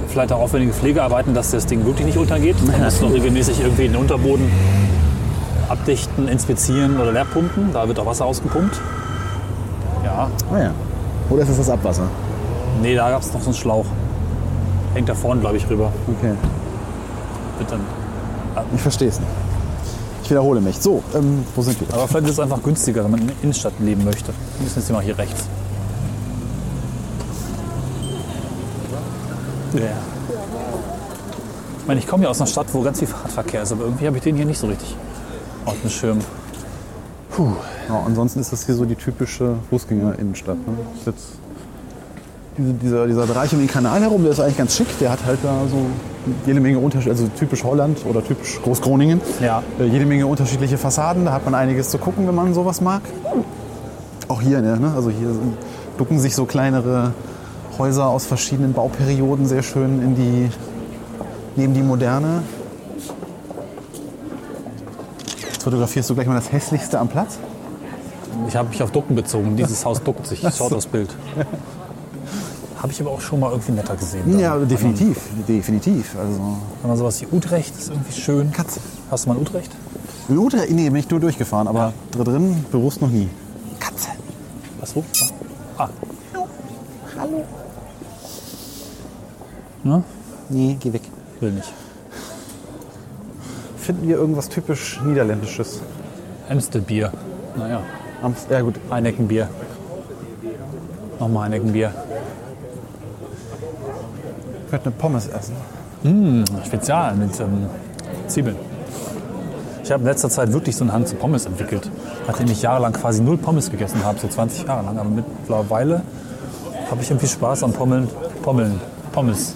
vielleicht auch aufwendige Pflegearbeiten, dass das Ding wirklich nicht untergeht. Man muss noch regelmäßig irgendwie den Unterboden abdichten, inspizieren oder leerpumpen. Da wird auch Wasser ausgepumpt. Ja, ah, ja. Oder ist es das Abwasser? nee, da gab es noch so einen Schlauch. Hängt da vorne, glaube ich, rüber. Okay. Wird dann. Ich verstehe es nicht. Ich wiederhole mich. So, ähm, wo sind wir? Aber vielleicht ist es einfach günstiger, wenn man in der Innenstadt leben möchte. Wir müssen jetzt hier mal hier rechts. Ja. Ich meine, ich komme ja aus einer Stadt, wo ganz viel Fahrradverkehr ist, aber irgendwie habe ich den hier nicht so richtig auf dem Schirm. Puh. Ja, ansonsten ist das hier so die typische Fußgängerinnenstadt. Ne? Ist Jetzt diese, dieser, dieser Bereich um den Kanal herum, der ist eigentlich ganz schick. Der hat halt da so jede Menge Unterschied, also typisch Holland oder typisch Großgroningen. Ja. Äh, jede Menge unterschiedliche Fassaden. Da hat man einiges zu gucken, wenn man sowas mag. Auch hier, ne? also hier sind- ducken sich so kleinere Häuser aus verschiedenen Bauperioden sehr schön in die neben die moderne. Jetzt fotografierst du gleich mal das hässlichste am Platz. Ich habe mich auf Ducken bezogen. Dieses Haus duckt sich. Schaut das Bild. Habe ich aber auch schon mal irgendwie netter gesehen. Ja, definitiv, definitiv. Also Wenn man sowas wie Utrecht ist irgendwie schön. Katze. Hast du mal in Utrecht? In Utrecht, nee, bin ich nur durchgefahren, aber da drin bewusst noch nie. Katze. Was wo? Ah, Hallo. ne? Nee, geh weg. Will nicht. Finden wir irgendwas typisch Niederländisches? Amstelbier. Naja, Amst ja gut, Heineckenbier. Nochmal Heineckenbier. ich könnte eine Pommes essen. Spezial mit ähm, Zwiebeln. Ich habe in letzter Zeit wirklich so einen Hang zu Pommes entwickelt. Nachdem ich jahrelang quasi null Pommes gegessen habe, so 20 Jahre lang. Aber mittlerweile habe ich irgendwie Spaß an Pommeln, Pommeln, Pommes.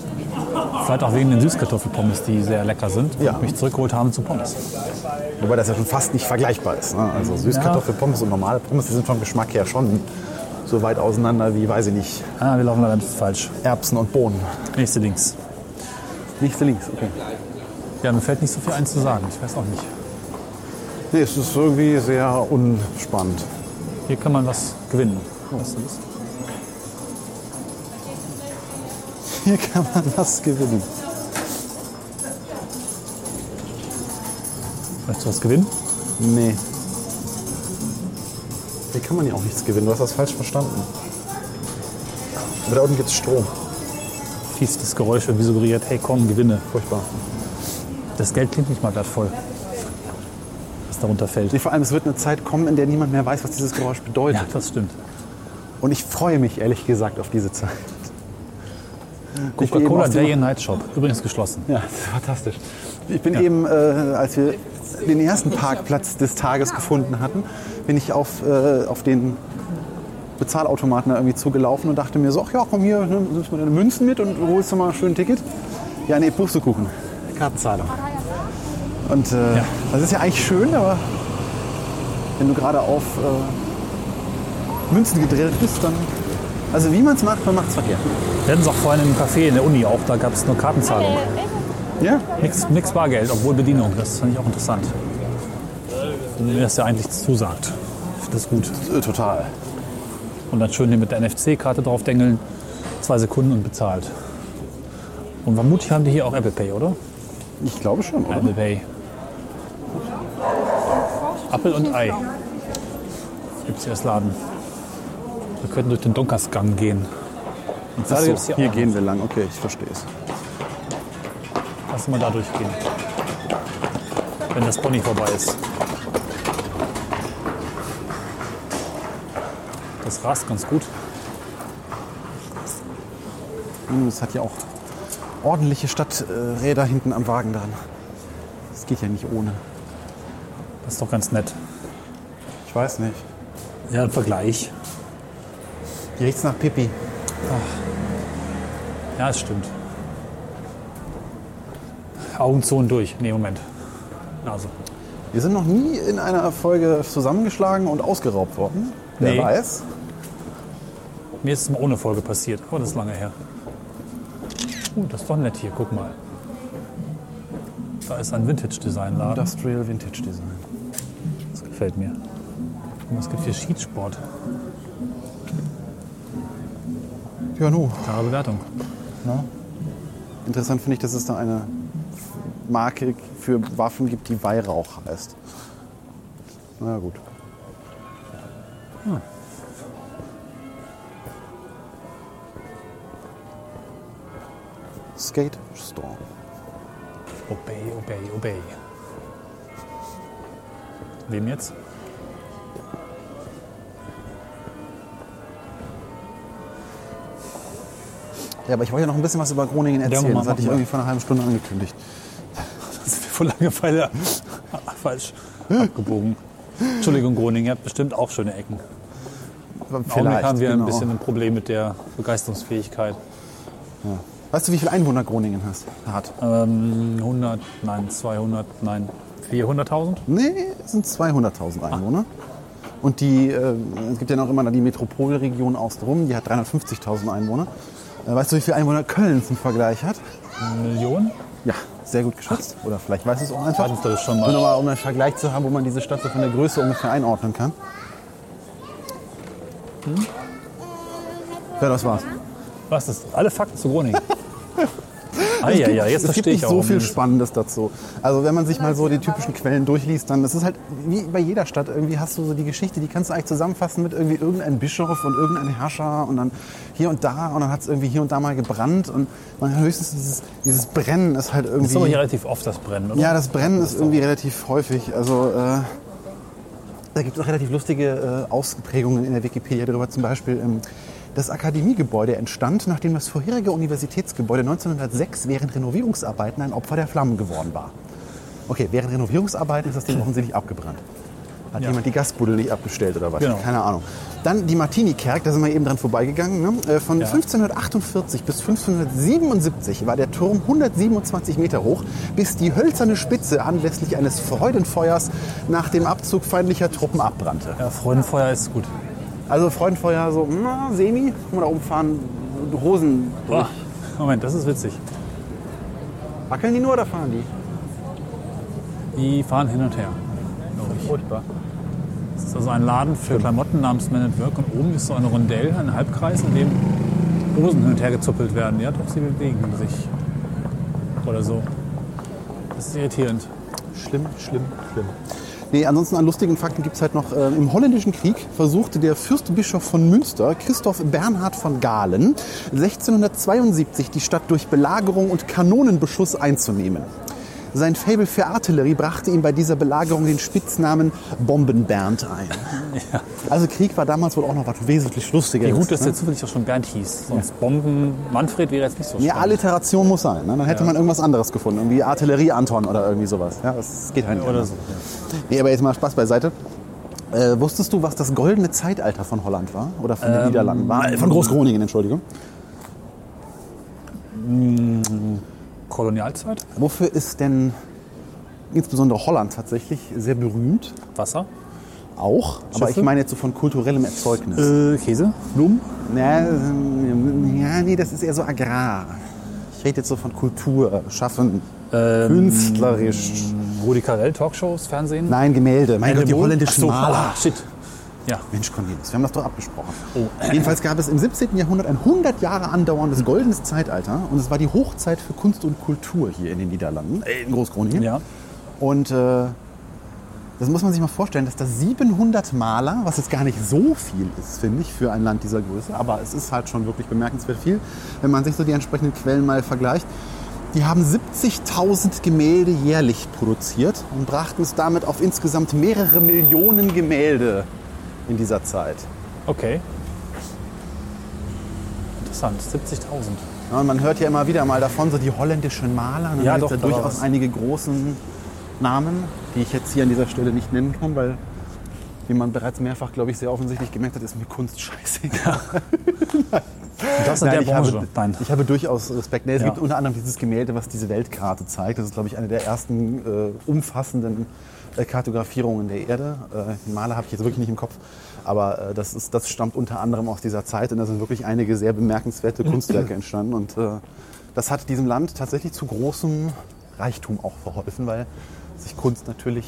Vielleicht auch wegen den Süßkartoffelpommes, die sehr lecker sind und Ja. mich zurückgeholt haben zu Pommes. Wobei das ja schon fast nicht vergleichbar ist. Ne? Also Süßkartoffelpommes und normale Pommes, die sind vom Geschmack her schon so weit auseinander wie, weiß ich nicht, Ah, wir laufen leider ein bisschen falsch. Erbsen und Bohnen. Nächste Links. Nächste links, okay. Ja, mir fällt nicht so viel ein zu sagen. Ich weiß auch nicht. Nee, es ist irgendwie sehr unspannend. Hier kann man was gewinnen. Weißt du das? Hier kann man was gewinnen. Möchtest du was gewinnen? Nee. Hier kann man ja auch nichts gewinnen. Du hast das falsch verstanden. Aber da unten gibt's Strom. Fies, das Geräusch irgendwie suggeriert, hey komm, gewinne. Furchtbar. Das Geld klingt nicht mal glatt voll. Was darunter fällt. Nee, vor allem, es wird eine Zeit kommen, in der niemand mehr weiß, was dieses Geräusch bedeutet. Ja, das stimmt. Und ich freue mich ehrlich gesagt auf diese Zeit. Ich bin eben Coca-Cola aus dem- Day and Night Shop, übrigens geschlossen. Ja, das ist fantastisch. Ich bin eben, äh, als wir den ersten Parkplatz des Tages gefunden hatten, bin ich auf, äh, auf den Bezahlautomaten da irgendwie zugelaufen und dachte mir so, ach ja, komm hier, ne, nimmst mal deine Münzen mit und holst du mal schön ein Ticket. Ja, nee, Pustekuchen. Kartenzahlung. Und äh, Ja. das ist ja eigentlich schön, aber wenn du gerade auf äh, Münzen gedrillt bist, dann... Also wie man es macht, man macht es verkehrt. Wir hatten es auch vorhin im Café in der Uni auch, da gab es nur Kartenzahlung. Ja? Nix, nix Bargeld, obwohl Bedienung. Das fand ich auch interessant. Wenn mir das ja eigentlich zusagt. Ich finde das gut. Äh, Total. Und dann schön hier mit der NFC-Karte draufdengeln, zwei Sekunden und bezahlt. Und vermutlich haben die hier auch Apple Pay, oder? Ich glaube schon, oder? Apple Pay. Apple und Ei. Gibt es hier als Laden. Wir könnten durch den Donkersgang gehen. Und da Ach so, gibt's hier, hier auch. gehen wir lang, okay, ich verstehe es. Lass uns mal da durchgehen. Wenn das Pony vorbei ist. Das rast ganz gut. Hm, Es hat ja auch ordentliche Stadträder hinten am Wagen dran. Das geht ja nicht ohne. Das ist doch ganz nett. Ich weiß nicht. Ja, im Vergleich. Hier riecht's nach Pipi. Ja, es stimmt. Augen zu und durch. Nee, Moment. Also, Nase. Wir sind noch nie in einer Folge zusammengeschlagen und ausgeraubt worden. Wer Nee. weiß? Mir ist es mal ohne Folge passiert, aber das ist lange her. Uh, das ist doch nett hier, guck mal. Da ist ein Vintage-Design-Laden. Industrial Vintage Design. Das gefällt mir. Guck mal, Es gibt hier Schiedssport. Ja, nu. Klare Bewertung. Interessant finde ich, dass es da eine Marke für Waffen gibt, die Weihrauch heißt. Na gut. Hm. Skate Store. Obey, obey, obey. Wem jetzt? Ja, aber ich wollte ja noch ein bisschen was über Groningen erzählen. mach- das hatte ich mach mal. irgendwie vor einer halben Stunde angekündigt. Das ist mir vor Langeweile Ah, falsch abgebogen. Entschuldigung, Groningen, ihr habt bestimmt auch schöne Ecken. Im Augenblick haben wir genau. ein bisschen ein Problem mit der Begeisterungsfähigkeit. Weißt du, wie viele Einwohner Groningen hast, hat? Ähm, 100, nein, 200, nein, 400.000? Nee, es sind 200.000 Einwohner. Und die, äh, es gibt ja noch immer die Metropolregion außenrum, die hat 350.000 Einwohner. Äh, weißt du, wie viele Einwohner Köln zum Vergleich hat? Millionen? Ja, sehr gut geschätzt. Oder vielleicht weiß es auch einfach. Warte, das ist schon mal- Nur noch mal, um einen Vergleich zu haben, wo man diese Stadt so von der Größe ungefähr einordnen kann. Hm? Ja, das war's. Was ist das? Alle Fakten zu Groningen. ah, ja, ja, jetzt es gibt verstehe nicht ich auch. so warum viel das- Spannendes dazu. Also wenn man sich mal so die typischen Quellen durchliest, dann das ist halt wie bei jeder Stadt irgendwie hast du so die Geschichte, die kannst du eigentlich zusammenfassen mit irgendwie irgendeinem Bischof und irgendeinem Herrscher und dann hier und da und dann hat es irgendwie hier und da mal gebrannt und man hat höchstens dieses, dieses Brennen ist halt Das ist aber irgendwie. hier relativ oft das Brennen, oder? Ja, das Brennen ist irgendwie relativ häufig. Also äh, da gibt es auch relativ lustige äh, Ausprägungen in der Wikipedia darüber. Zum Beispiel ähm, das Akademiegebäude entstand, nachdem das vorherige Universitätsgebäude 1906 während Renovierungsarbeiten ein Opfer der Flammen geworden war. Okay, während Renovierungsarbeiten ist das Ding offensichtlich abgebrannt. Hat Ja. jemand die Gastbude nicht abgestellt oder was? Genau. Keine Ahnung. Dann die Martini-Kerk, da sind wir eben dran vorbeigegangen. Ne? Äh, Von Ja. 1548 bis 1577 war der Turm 127 Meter hoch, bis die hölzerne Spitze anlässlich eines Freudenfeuers nach dem Abzug feindlicher Truppen abbrannte. Ja, Freudenfeuer ist gut. Also Freudenfeuer so, na, semi, kann man da oben fahren, Hosen Boah, Moment, das ist witzig. wackeln die nur oder fahren die? Die fahren hin und her. glaube ich. Furchtbar. Das ist also ein Laden für Klamotten namens Man at Work und oben ist so ein Rondell, ein Halbkreis, in dem Hosen hin und her gezuppelt werden. Ja, doch, sie bewegen sich. Oder so. Das ist irritierend. schlimm, schlimm, schlimm. Nee, ansonsten an lustigen Fakten gibt es halt noch, äh, im Holländischen Krieg versuchte der Fürstbischof von Münster, Christoph Bernhard von Galen, 1672 die Stadt durch Belagerung und Kanonenbeschuss einzunehmen. Sein Faible für Artillerie brachte ihm bei dieser Belagerung den Spitznamen Bombenbernd ein. Also Krieg war damals wohl auch noch was wesentlich Lustigeres. Ja, gut, dass ne? der zufällig auch schon Bernd hieß. Sonst Bomben Manfred wäre jetzt nicht so Ja, spannend. Alliteration muss sein. Ne? Dann hätte man irgendwas anderes gefunden. Irgendwie Artillerie Anton oder irgendwie sowas. Ja, das geht halt nicht. Oder anders. so. Nee, aber jetzt mal Spaß beiseite. Äh, wusstest du, was das goldene Zeitalter von Holland war? Oder von Ähm, den Niederlanden? War, äh, von Großgroningen, Entschuldigung. Kolonialzeit? Wofür ist denn insbesondere Holland tatsächlich sehr berühmt? Wasser? Auch. Aber ich Schiffe? meine jetzt so von kulturellem Erzeugnis. Äh, Käse? Blumen? Ja, ähm, ja, nee, das ist eher so agrar. Ich rede jetzt so von Kultur, Schaffen, Ähm, künstlerisch. Rudi Carell, Talkshows, Fernsehen? Nein, Gemälde. Mein Gott, die Gemälde? holländischen Ach so, Maler. ah, Shit. Ja. Mensch, Cornelius, wir haben das doch abgesprochen. Oh. Jedenfalls gab es im 17. Jahrhundert ein 100 Jahre andauerndes goldenes Zeitalter und es war die Hochzeit für Kunst und Kultur hier in den Niederlanden, äh, in Großgroningen. Ja. Und äh, das muss man sich mal vorstellen, dass da 700 Maler, was jetzt gar nicht so viel ist, finde ich, für ein Land dieser Größe, aber es ist halt schon wirklich bemerkenswert viel, wenn man sich so die entsprechenden Quellen mal vergleicht. Die haben 70.000 Gemälde jährlich produziert und brachten es damit auf insgesamt mehrere Millionen Gemälde in dieser Zeit. Okay. Interessant, 70.000. Ja, und man hört ja immer wieder mal davon, so die holländischen Maler. Und dann Ja, gibt's doch, ja da war durchaus was. einige großen Namen, die ich jetzt hier an dieser Stelle nicht nennen kann, weil, wie man bereits mehrfach, glaube ich, sehr offensichtlich gemerkt hat, ist mir Kunst scheißegal. Das in der Nein, ich, Branche. habe, Nein. ich habe durchaus Respekt. Nee, es Ja. gibt unter anderem dieses Gemälde, was diese Weltkarte zeigt. Das ist, glaube ich, eine der ersten äh, umfassenden äh, Kartografierungen der Erde. Äh, den Maler habe ich jetzt wirklich nicht im Kopf. Aber äh, das, ist, das stammt unter anderem aus dieser Zeit und da sind wirklich einige sehr bemerkenswerte Kunstwerke entstanden. Und äh, das hat diesem Land tatsächlich zu großem Reichtum auch verholfen, weil sich Kunst natürlich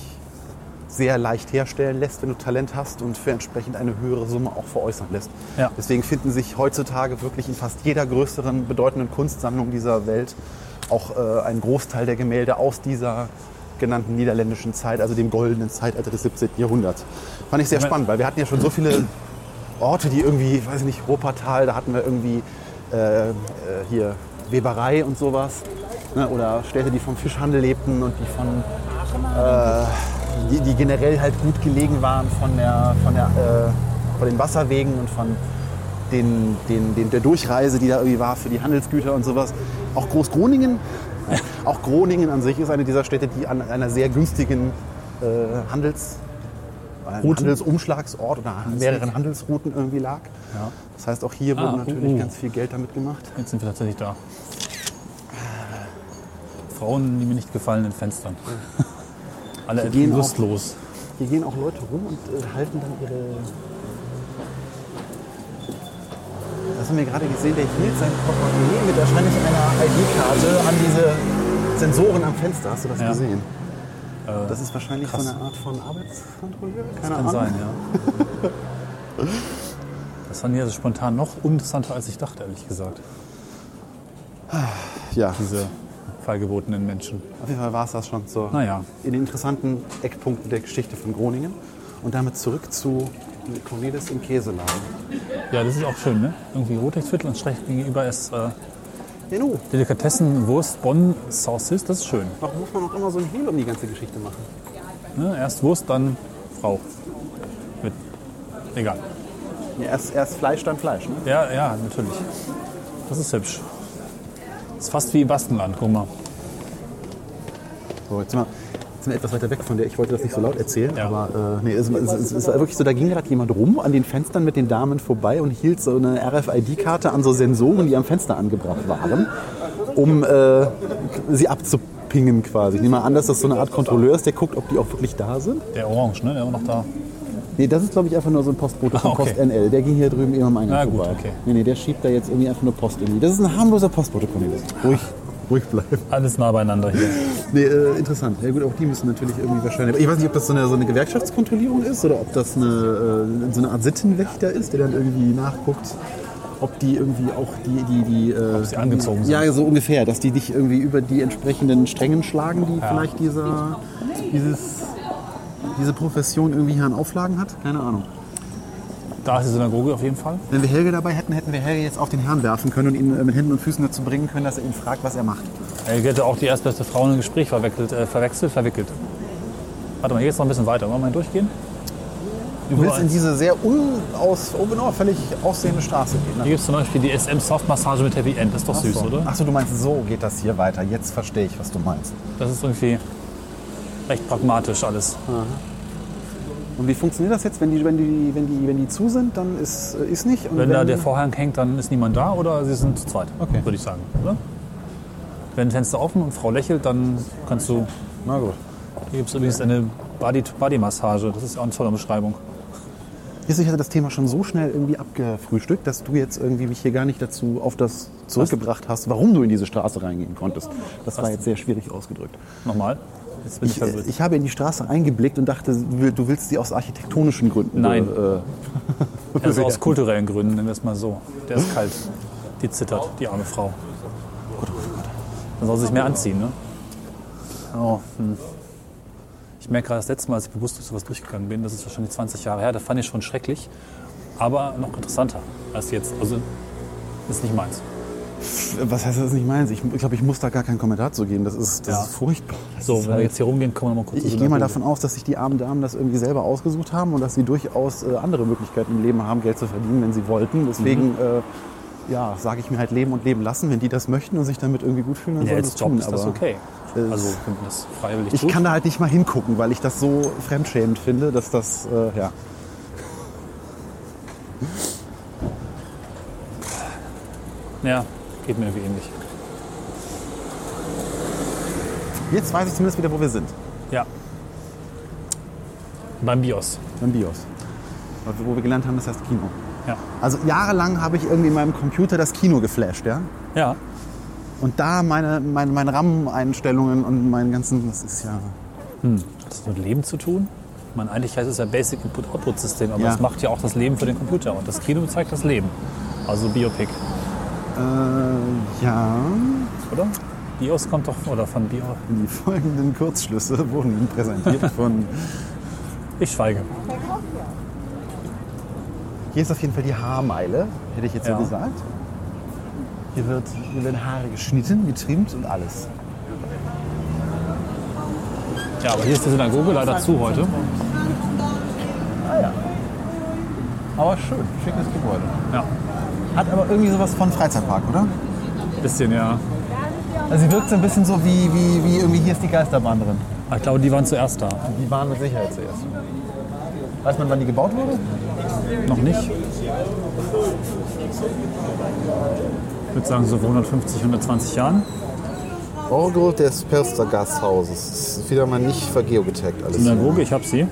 sehr leicht herstellen lässt, wenn du Talent hast und für entsprechend eine höhere Summe auch veräußern lässt. Ja. Deswegen finden sich heutzutage wirklich in fast jeder größeren bedeutenden Kunstsammlung dieser Welt auch äh, ein Großteil der Gemälde aus dieser genannten niederländischen Zeit, also dem goldenen Zeitalter des 17. Jahrhunderts. Fand ich sehr Moment. spannend, weil wir hatten ja schon so viele Orte, die irgendwie, weiß ich nicht, Wuppertal, da hatten wir irgendwie äh, äh, hier Weberei und sowas. Ne? Oder Städte, die vom Fischhandel lebten und die von Äh, die, die generell halt gut gelegen waren von, der, von, der, äh, von den Wasserwegen und von den, den, den, der Durchreise, die da irgendwie war für die Handelsgüter und sowas. Auch Großgroningen, auch Groningen an sich ist eine dieser Städte, die an einer sehr günstigen äh, Handels, einem Handelsumschlagsort oder an mehreren Handelsrouten irgendwie lag. Das heißt, auch hier Ah, wurde natürlich uh. ganz viel Geld damit gemacht. Jetzt sind wir tatsächlich da. Frauen, die mir nicht gefallen in Fenstern. Alle Die gehen etwas lustlos. Hier gehen auch Leute rum und äh, halten dann ihre. Das haben wir gerade gesehen, der hielt sein Portemonnaie mit wahrscheinlich einer ID-Karte an diese Sensoren am Fenster. Hast du das Ja. gesehen? Das ist wahrscheinlich so eine Art von Arbeitskontrolleur? Keine Kann Ahnung. sein, ja. Das fand ich also spontan noch uninteressanter, als ich dachte, ehrlich gesagt. Ja, Diese fallgebotenen Menschen. auf jeden Fall war es das schon so. Naja. In den interessanten Eckpunkten der Geschichte von Groningen. Und damit zurück zu Cornelis im Käseladen. Ja, das ist auch schön, ne? Irgendwie Rotlichtviertel und schräg gegenüber ist äh, Jenu, Delikatessen, Wurst, Bonn, Sauces. Das ist schön. warum muss man auch immer so ein Hehl um die ganze Geschichte machen? Ne? Erst Wurst, dann Frau. Mit. Egal. Ja, erst, erst Fleisch, dann Fleisch, ne? Ja, ja, natürlich. Das ist hübsch. Ist fast wie im Baskenland, guck mal. So, jetzt sind, wir, jetzt sind wir etwas weiter weg von der. Ich wollte das nicht so laut erzählen, Ja. aber äh, nee, es, es, es ist wirklich so, da ging gerade jemand rum an den Fenstern mit den Damen vorbei und hielt so eine RFID-Karte an so Sensoren, die am Fenster angebracht waren, um äh, sie abzupingen quasi. Ich nehme mal an, dass das so eine Art Kontrolleur ist, der guckt, ob die auch wirklich da sind. Der Orange, ne? Der war noch da. Nee, das ist glaube ich einfach nur so ein Postbote von Ah, okay. Post NL. Der ging hier drüben eben am Eingang Ah, gut, vorbei. okay. Nee, nee, der schiebt da jetzt irgendwie einfach nur Post irgendwie. Das ist ein harmloser Postbote, Cornelis. Ruhig, ruhig bleiben. Alles nah beieinander hier. Nee, äh, interessant. Ja gut, auch die müssen natürlich irgendwie wahrscheinlich. Ich weiß nicht, ob das so eine, so eine Gewerkschaftskontrollierung ist oder ob das eine, äh, so eine Art Sittenwächter ist, der dann irgendwie nachguckt, ob die irgendwie auch die, die, die. Äh, sie angezogen sind. Ja, so ungefähr, dass die dich irgendwie über die entsprechenden Strängen schlagen, die vielleicht dieser dieses, diese Profession irgendwie hier an Auflagen hat? Keine Ahnung. Da ist die Synagoge auf jeden Fall. Wenn wir Helge dabei hätten, hätten wir Helge jetzt auf den Herrn werfen können und ihn äh, mit Händen und Füßen dazu bringen können, dass er ihn fragt, was er macht. Er hätte auch Äh, die erstbeste Frau in ein Gespräch verwechselt, äh, verwechselt, verwickelt. Warte mal, hier geht's noch ein bisschen weiter. Wollen wir mal durchgehen? Du willst in diese sehr unaus, unauffällig aussehende Straße gehen. Ne? Hier gibt es zum Beispiel die SM Soft Massage mit Happy End. Das ist doch süß, so. oder? Achso, du meinst, so geht das hier weiter. Jetzt verstehe ich, was du meinst. Das ist irgendwie recht pragmatisch alles. Und wie funktioniert das jetzt? Wenn die, wenn die, wenn die, wenn die zu sind, dann ist, äh, ist nicht. Und Wenn da der Vorhang hängt, dann ist niemand da oder sie sind zu zweit, Okay. würde ich sagen, oder? Wenn Fenster offen und Frau lächelt, dann kannst du. Na gut. Hier gibt es übrigens eine Body- Body-Massage. das ist auch eine tolle Beschreibung. Jetzt, ich hatte das Thema schon so schnell irgendwie abgefrühstückt, dass du jetzt irgendwie mich hier gar nicht dazu auf das zurückgebracht hast, warum du in diese Straße reingehen konntest. Das war jetzt sehr schwierig ausgedrückt. Nochmal. Jetzt bin ich, Ich, äh, verwirrt. ich habe in die Straße eingeblickt und dachte, du will- du willst sie aus architektonischen Gründen. Nein. Äh, Also aus kulturellen Gründen, nennen wir es mal so. Der ist kalt. Die zittert, die arme Frau. Dann soll sie sich mehr anziehen, ne? Oh, hm. Ich merke gerade das letzte Mal, als ich bewusst durch sowas durchgegangen bin, das ist wahrscheinlich 20 Jahre her, da fand ich schon schrecklich, aber noch interessanter als jetzt. Also ist nicht meins. was heißt das ist nicht meins? Ich, ich glaube, ich muss da gar keinen Kommentar zu geben. Das ist, das Ja. ist furchtbar. Das So, ist wenn wir halt- jetzt hier rumgehen, kommen wir mal kurz Ich, zur ich gehe mal Synagoge. davon aus, dass sich die armen Damen das irgendwie selber ausgesucht haben und dass sie durchaus äh, andere Möglichkeiten im Leben haben, Geld zu verdienen, wenn sie wollten. Deswegen Mhm. äh, ja, sage ich mir halt leben und leben lassen. Wenn die das möchten und sich damit irgendwie gut fühlen, dann Ja, sollen sie als es Job tun. ist das aber okay. es- Also, wenn man das freiwillig Ich tut. kann da halt nicht mal hingucken, weil ich das so fremdschämend finde, dass das, äh, ja. ja, geht mir irgendwie ähnlich. Jetzt weiß ich zumindest wieder, wo wir sind. Ja. Beim Bios. Beim BIOS. Also, Wo wir gelernt haben, das heißt Kino. Ja. Also jahrelang habe ich irgendwie in meinem Computer das Kino geflasht, ja? Ja. Und da meine, meine, meine RAM-Einstellungen und meinen ganzen, das ist ja... Hat das mit Leben zu tun? Ich meine, eigentlich heißt es ja Basic Input-Output-System, aber Ja. es macht ja auch das Leben für den Computer. Und das Kino zeigt das Leben. Also Biopic, Äh, ja. oder? Bios kommt doch, oder von Bio. Die folgenden Kurzschlüsse wurden Ihnen präsentiert von. Ich schweige. Hier ist auf jeden Fall die Haarmeile, hätte ich jetzt Ja. so gesagt. Hier, wird, hier werden Haare geschnitten, getrimmt und alles. Ja, aber hier ist die Synagoge leider zu heute. Aber schön, schickes Gebäude. Ja, Hat aber irgendwie sowas von Freizeitpark, oder? ein bisschen, ja. Also sie wirkt so ein bisschen so wie, wie, wie irgendwie hier ist die Geisterbahn drin. Aber Ah, Ich glaube, die waren zuerst da. Die waren mit Sicherheit zuerst. Weiß man, wann die gebaut wurde? Noch nicht? Ich würde sagen, so vor 150, 120 Jahren. Orgel des Perster Gasthauses. Das ist wieder mal nicht vergeogetaggt alles. Synagoge, ich habe sie.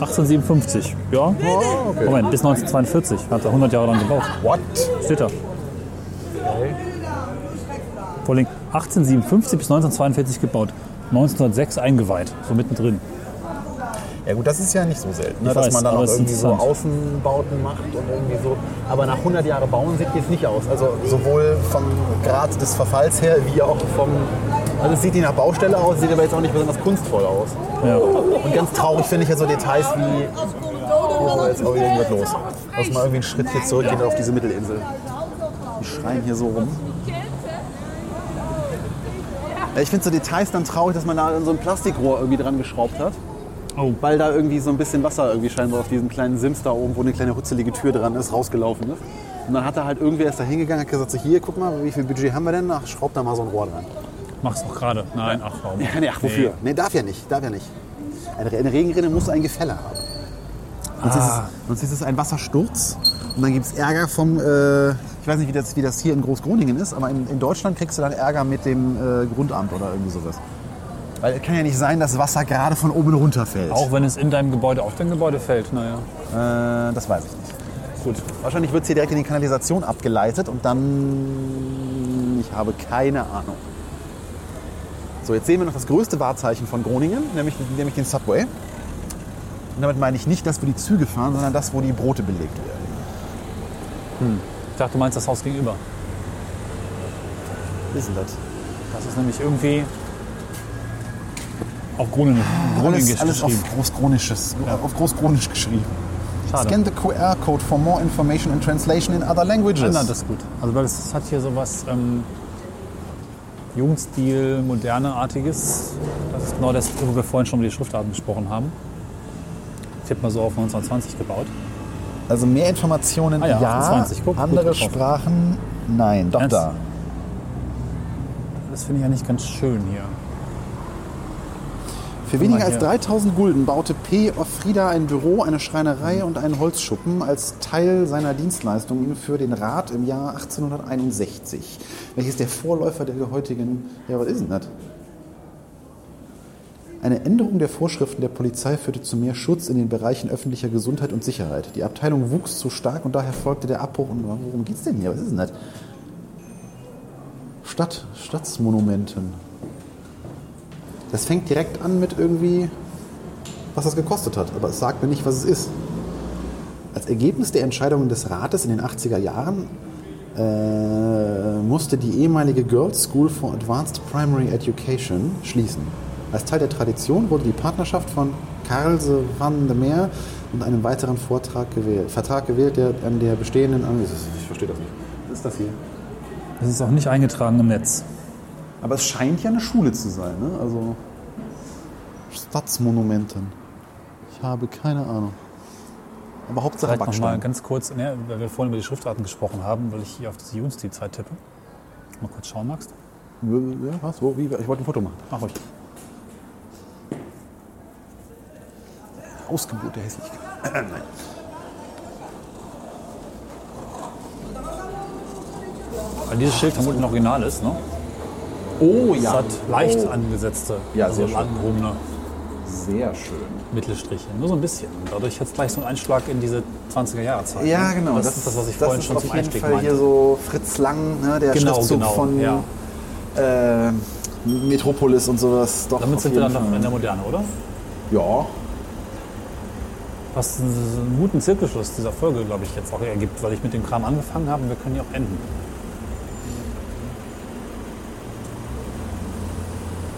1857, ja. Moment, bis 1942. Hat er 100 Jahre lang gebraucht. What? Steht da. Vor allem 1857 bis 1942 gebaut, 1906 eingeweiht, so mittendrin. Ja gut, das ist ja nicht so selten, ne? Ich dass weiß, man dann aber auch es ist irgendwie so interessant. Außenbauten macht und irgendwie so. Aber nach 100 Jahren bauen sieht jetzt nicht aus. Also sowohl vom Grad des Verfalls her, wie auch vom... Also es sieht die nach Baustelle aus, sieht aber jetzt auch nicht besonders kunstvoll aus. Ja. Und ganz traurig finde ich ja so Details wie... Hier ist aber jetzt auch wieder irgendwas los. Lass mal irgendwie einen Schritt hier zurückgehen auf diese Mittelinsel. Die schreien hier so rum. Ja, ich finde so Details dann traurig, dass man da an so ein Plastikrohr irgendwie dran geschraubt hat. Oh. Weil da irgendwie so ein bisschen Wasser irgendwie scheinbar auf diesem kleinen Sims da oben, wo eine kleine hutzelige Tür dran ist, rausgelaufen ist. Und dann hat da halt irgendwer ist da hingegangen, hat gesagt, so hier, guck mal, wie viel Budget haben wir denn? Ach, schraubt da mal so ein Rohr dran. Mach's doch gerade. Nein, ach warum? Ja, nee, ach, wofür? Nee. darf ja nicht, darf ja nicht. Eine, eine Regenrinne muss einen Gefälle haben. Sonst, Ah. ist es, sonst ist es ein Wassersturz und dann gibt es Ärger vom, äh, ich weiß nicht, wie das, wie das hier in Großgroningen ist, aber in, in Deutschland kriegst du dann Ärger mit dem äh, Grundamt oder irgendwie sowas. Weil es kann ja nicht sein, dass Wasser gerade von oben runterfällt. Auch wenn es in deinem Gebäude auf dein Gebäude fällt, naja. Äh, das weiß ich nicht. Gut. Wahrscheinlich wird es hier direkt in die Kanalisation abgeleitet und dann, ich habe keine Ahnung. So, jetzt sehen wir noch das größte Wahrzeichen von Groningen, nämlich, nämlich den Subway. Und damit meine ich nicht das, wo die Züge fahren, sondern das, wo die Brote belegt werden. Ich dachte, du meinst das Haus gegenüber. Wie ist denn das? Das ist nämlich irgendwie auf Groningen, Groningisch Alles, alles auf geschrieben. Großgronisches, auf Großgronisch geschrieben. Schade. Scan the QR Code for more information and translation in other languages. Standard ist gut. Also weil es hat hier sowas ähm, Jugendstil, moderneartiges. Das ist genau das, wo wir vorhin schon über die Schriftarten gesprochen haben. Tipp mal so auf 1920 gebaut. Also mehr Informationen Ah ja, ja, 28, guck, gut andere getroffen. Sprachen nein, doch Ernst? da. Das finde ich eigentlich ganz schön hier. Für weniger mal als hier. 3000 Gulden baute P. Offrida ein Büro, eine Schreinerei und einen Holzschuppen als Teil seiner Dienstleistungen für den Rat im Jahr 1861. Welches der Vorläufer der heutigen. Ja, was ist denn das? Eine Änderung der Vorschriften der Polizei führte zu mehr Schutz in den Bereichen öffentlicher Gesundheit und Sicherheit. Die Abteilung wuchs zu stark und daher folgte der Abbruch. Und worum geht's denn hier? Was ist denn das? Stadt, Stadtsmonumenten. Das fängt direkt an mit irgendwie, was das gekostet hat, aber es sagt mir nicht, was es ist. Als Ergebnis der Entscheidungen des Rates in den 80er Jahren äh, musste die ehemalige Girls School for Advanced Primary Education schließen. Als Teil der Tradition wurde die Partnerschaft von Karlse van de Meer und einem weiteren Vortrag gewählt, Vertrag gewählt, der an der bestehenden... Ich verstehe das nicht. Was ist das hier? Das ist auch nicht eingetragen im Netz. Aber es scheint ja eine Schule zu sein, ne? Also. Stadtsmonumenten. Ich habe keine Ahnung. Aber Hauptsache Vielleicht nochmal Backstein. ganz kurz, ne, weil wir vorhin über die Schriftarten gesprochen haben, weil ich hier auf diese Jugendstilzeit tippe. Mal kurz schauen magst. Ja, was? Wo, wie? Ich wollte ein Foto machen. genau. Mach ruhig. Ausgebot der Hässlichkeit. Nein. Weil dieses Schild vermutlich ein Original ist, ne? Oh Es ja, hat leicht angesetzte, Ja, also sehr schön. langgehobene sehr schön. Mittelstriche. Nur so ein bisschen. Dadurch hat es gleich so einen Einschlag in diese 20er-Jahre-Zeit. Ja, ne? genau. Das, ist das, was ich vorhin ist schon auf zum jeden Einstieg Fall meinte. hier so Fritz Lang, ne, der Genau, Schriftzug genau, von ja. äh, Metropolis und sowas. Doch, Damit auf sind wir dann jeden noch in Fall. der Moderne, oder? Ja, Was einen guten Zirkelschluss dieser Folge, glaube ich, jetzt auch ergibt, weil ich mit dem Kram angefangen habe und wir können ja auch enden.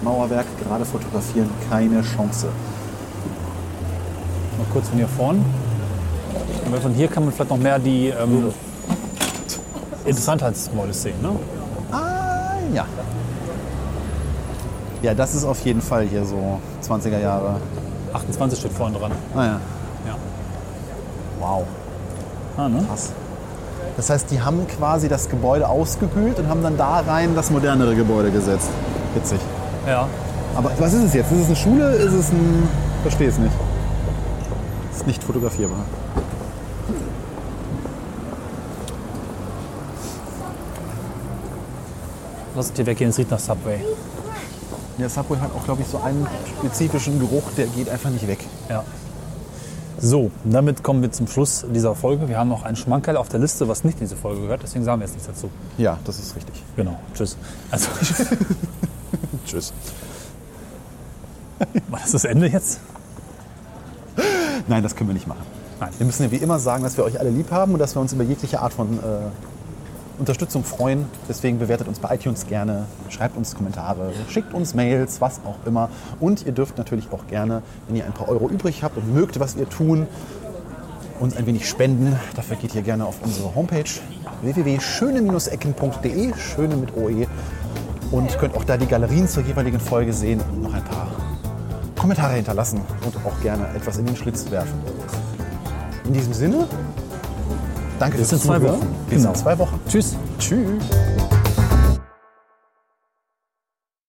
Mauerwerk gerade fotografieren, keine Chance. Mal kurz von hier vorn. Und Weil von hier kann man vielleicht noch mehr die ähm, Interessantheitsmäule sehen, ne? Ah, ja. Ja, das ist auf jeden Fall hier so 20er Jahre. 28 steht vorne dran. Ah, ja. Ja. Wow. Ah, ne? Das heißt, die haben quasi das Gebäude ausgehöhlt und haben dann da rein das modernere Gebäude gesetzt. Witzig. Ja. Aber was ist es jetzt? Ist es eine Schule? Ist es ein. Verstehe es nicht. Ist nicht fotografierbar. Lass uns hier weggehen, es riecht nach Subway. Ja, Subway hat halt auch, glaube ich, so einen spezifischen Geruch, der geht einfach nicht weg. Ja. So, damit kommen wir zum Schluss dieser Folge. Wir haben noch einen Schmankerl auf der Liste, was nicht in diese Folge gehört, deswegen sagen wir jetzt nichts dazu. Ja, das ist richtig. Genau, tschüss. Also, Tschüss. war das das Ende jetzt? Nein, das können wir nicht machen. Nein. Wir müssen ja wie immer sagen, dass wir euch alle lieb haben und dass wir uns über jegliche Art von äh, Unterstützung freuen. Deswegen bewertet uns bei iTunes gerne, schreibt uns Kommentare, schickt uns Mails, was auch immer. Und ihr dürft natürlich auch gerne, wenn ihr ein paar Euro übrig habt und mögt, was wir tun, uns ein wenig spenden. Dafür geht ihr gerne auf unsere Homepage www.schöne-ecken.de, schöne mit E, OE. Und könnt auch da die Galerien zur jeweiligen Folge sehen und noch ein paar Kommentare hinterlassen und auch gerne etwas in den Schlitz werfen. In diesem Sinne, danke Bis in fürs zwei Zuhören. Wochen. Bis Genau. in zwei Wochen. Tschüss. Tschüss.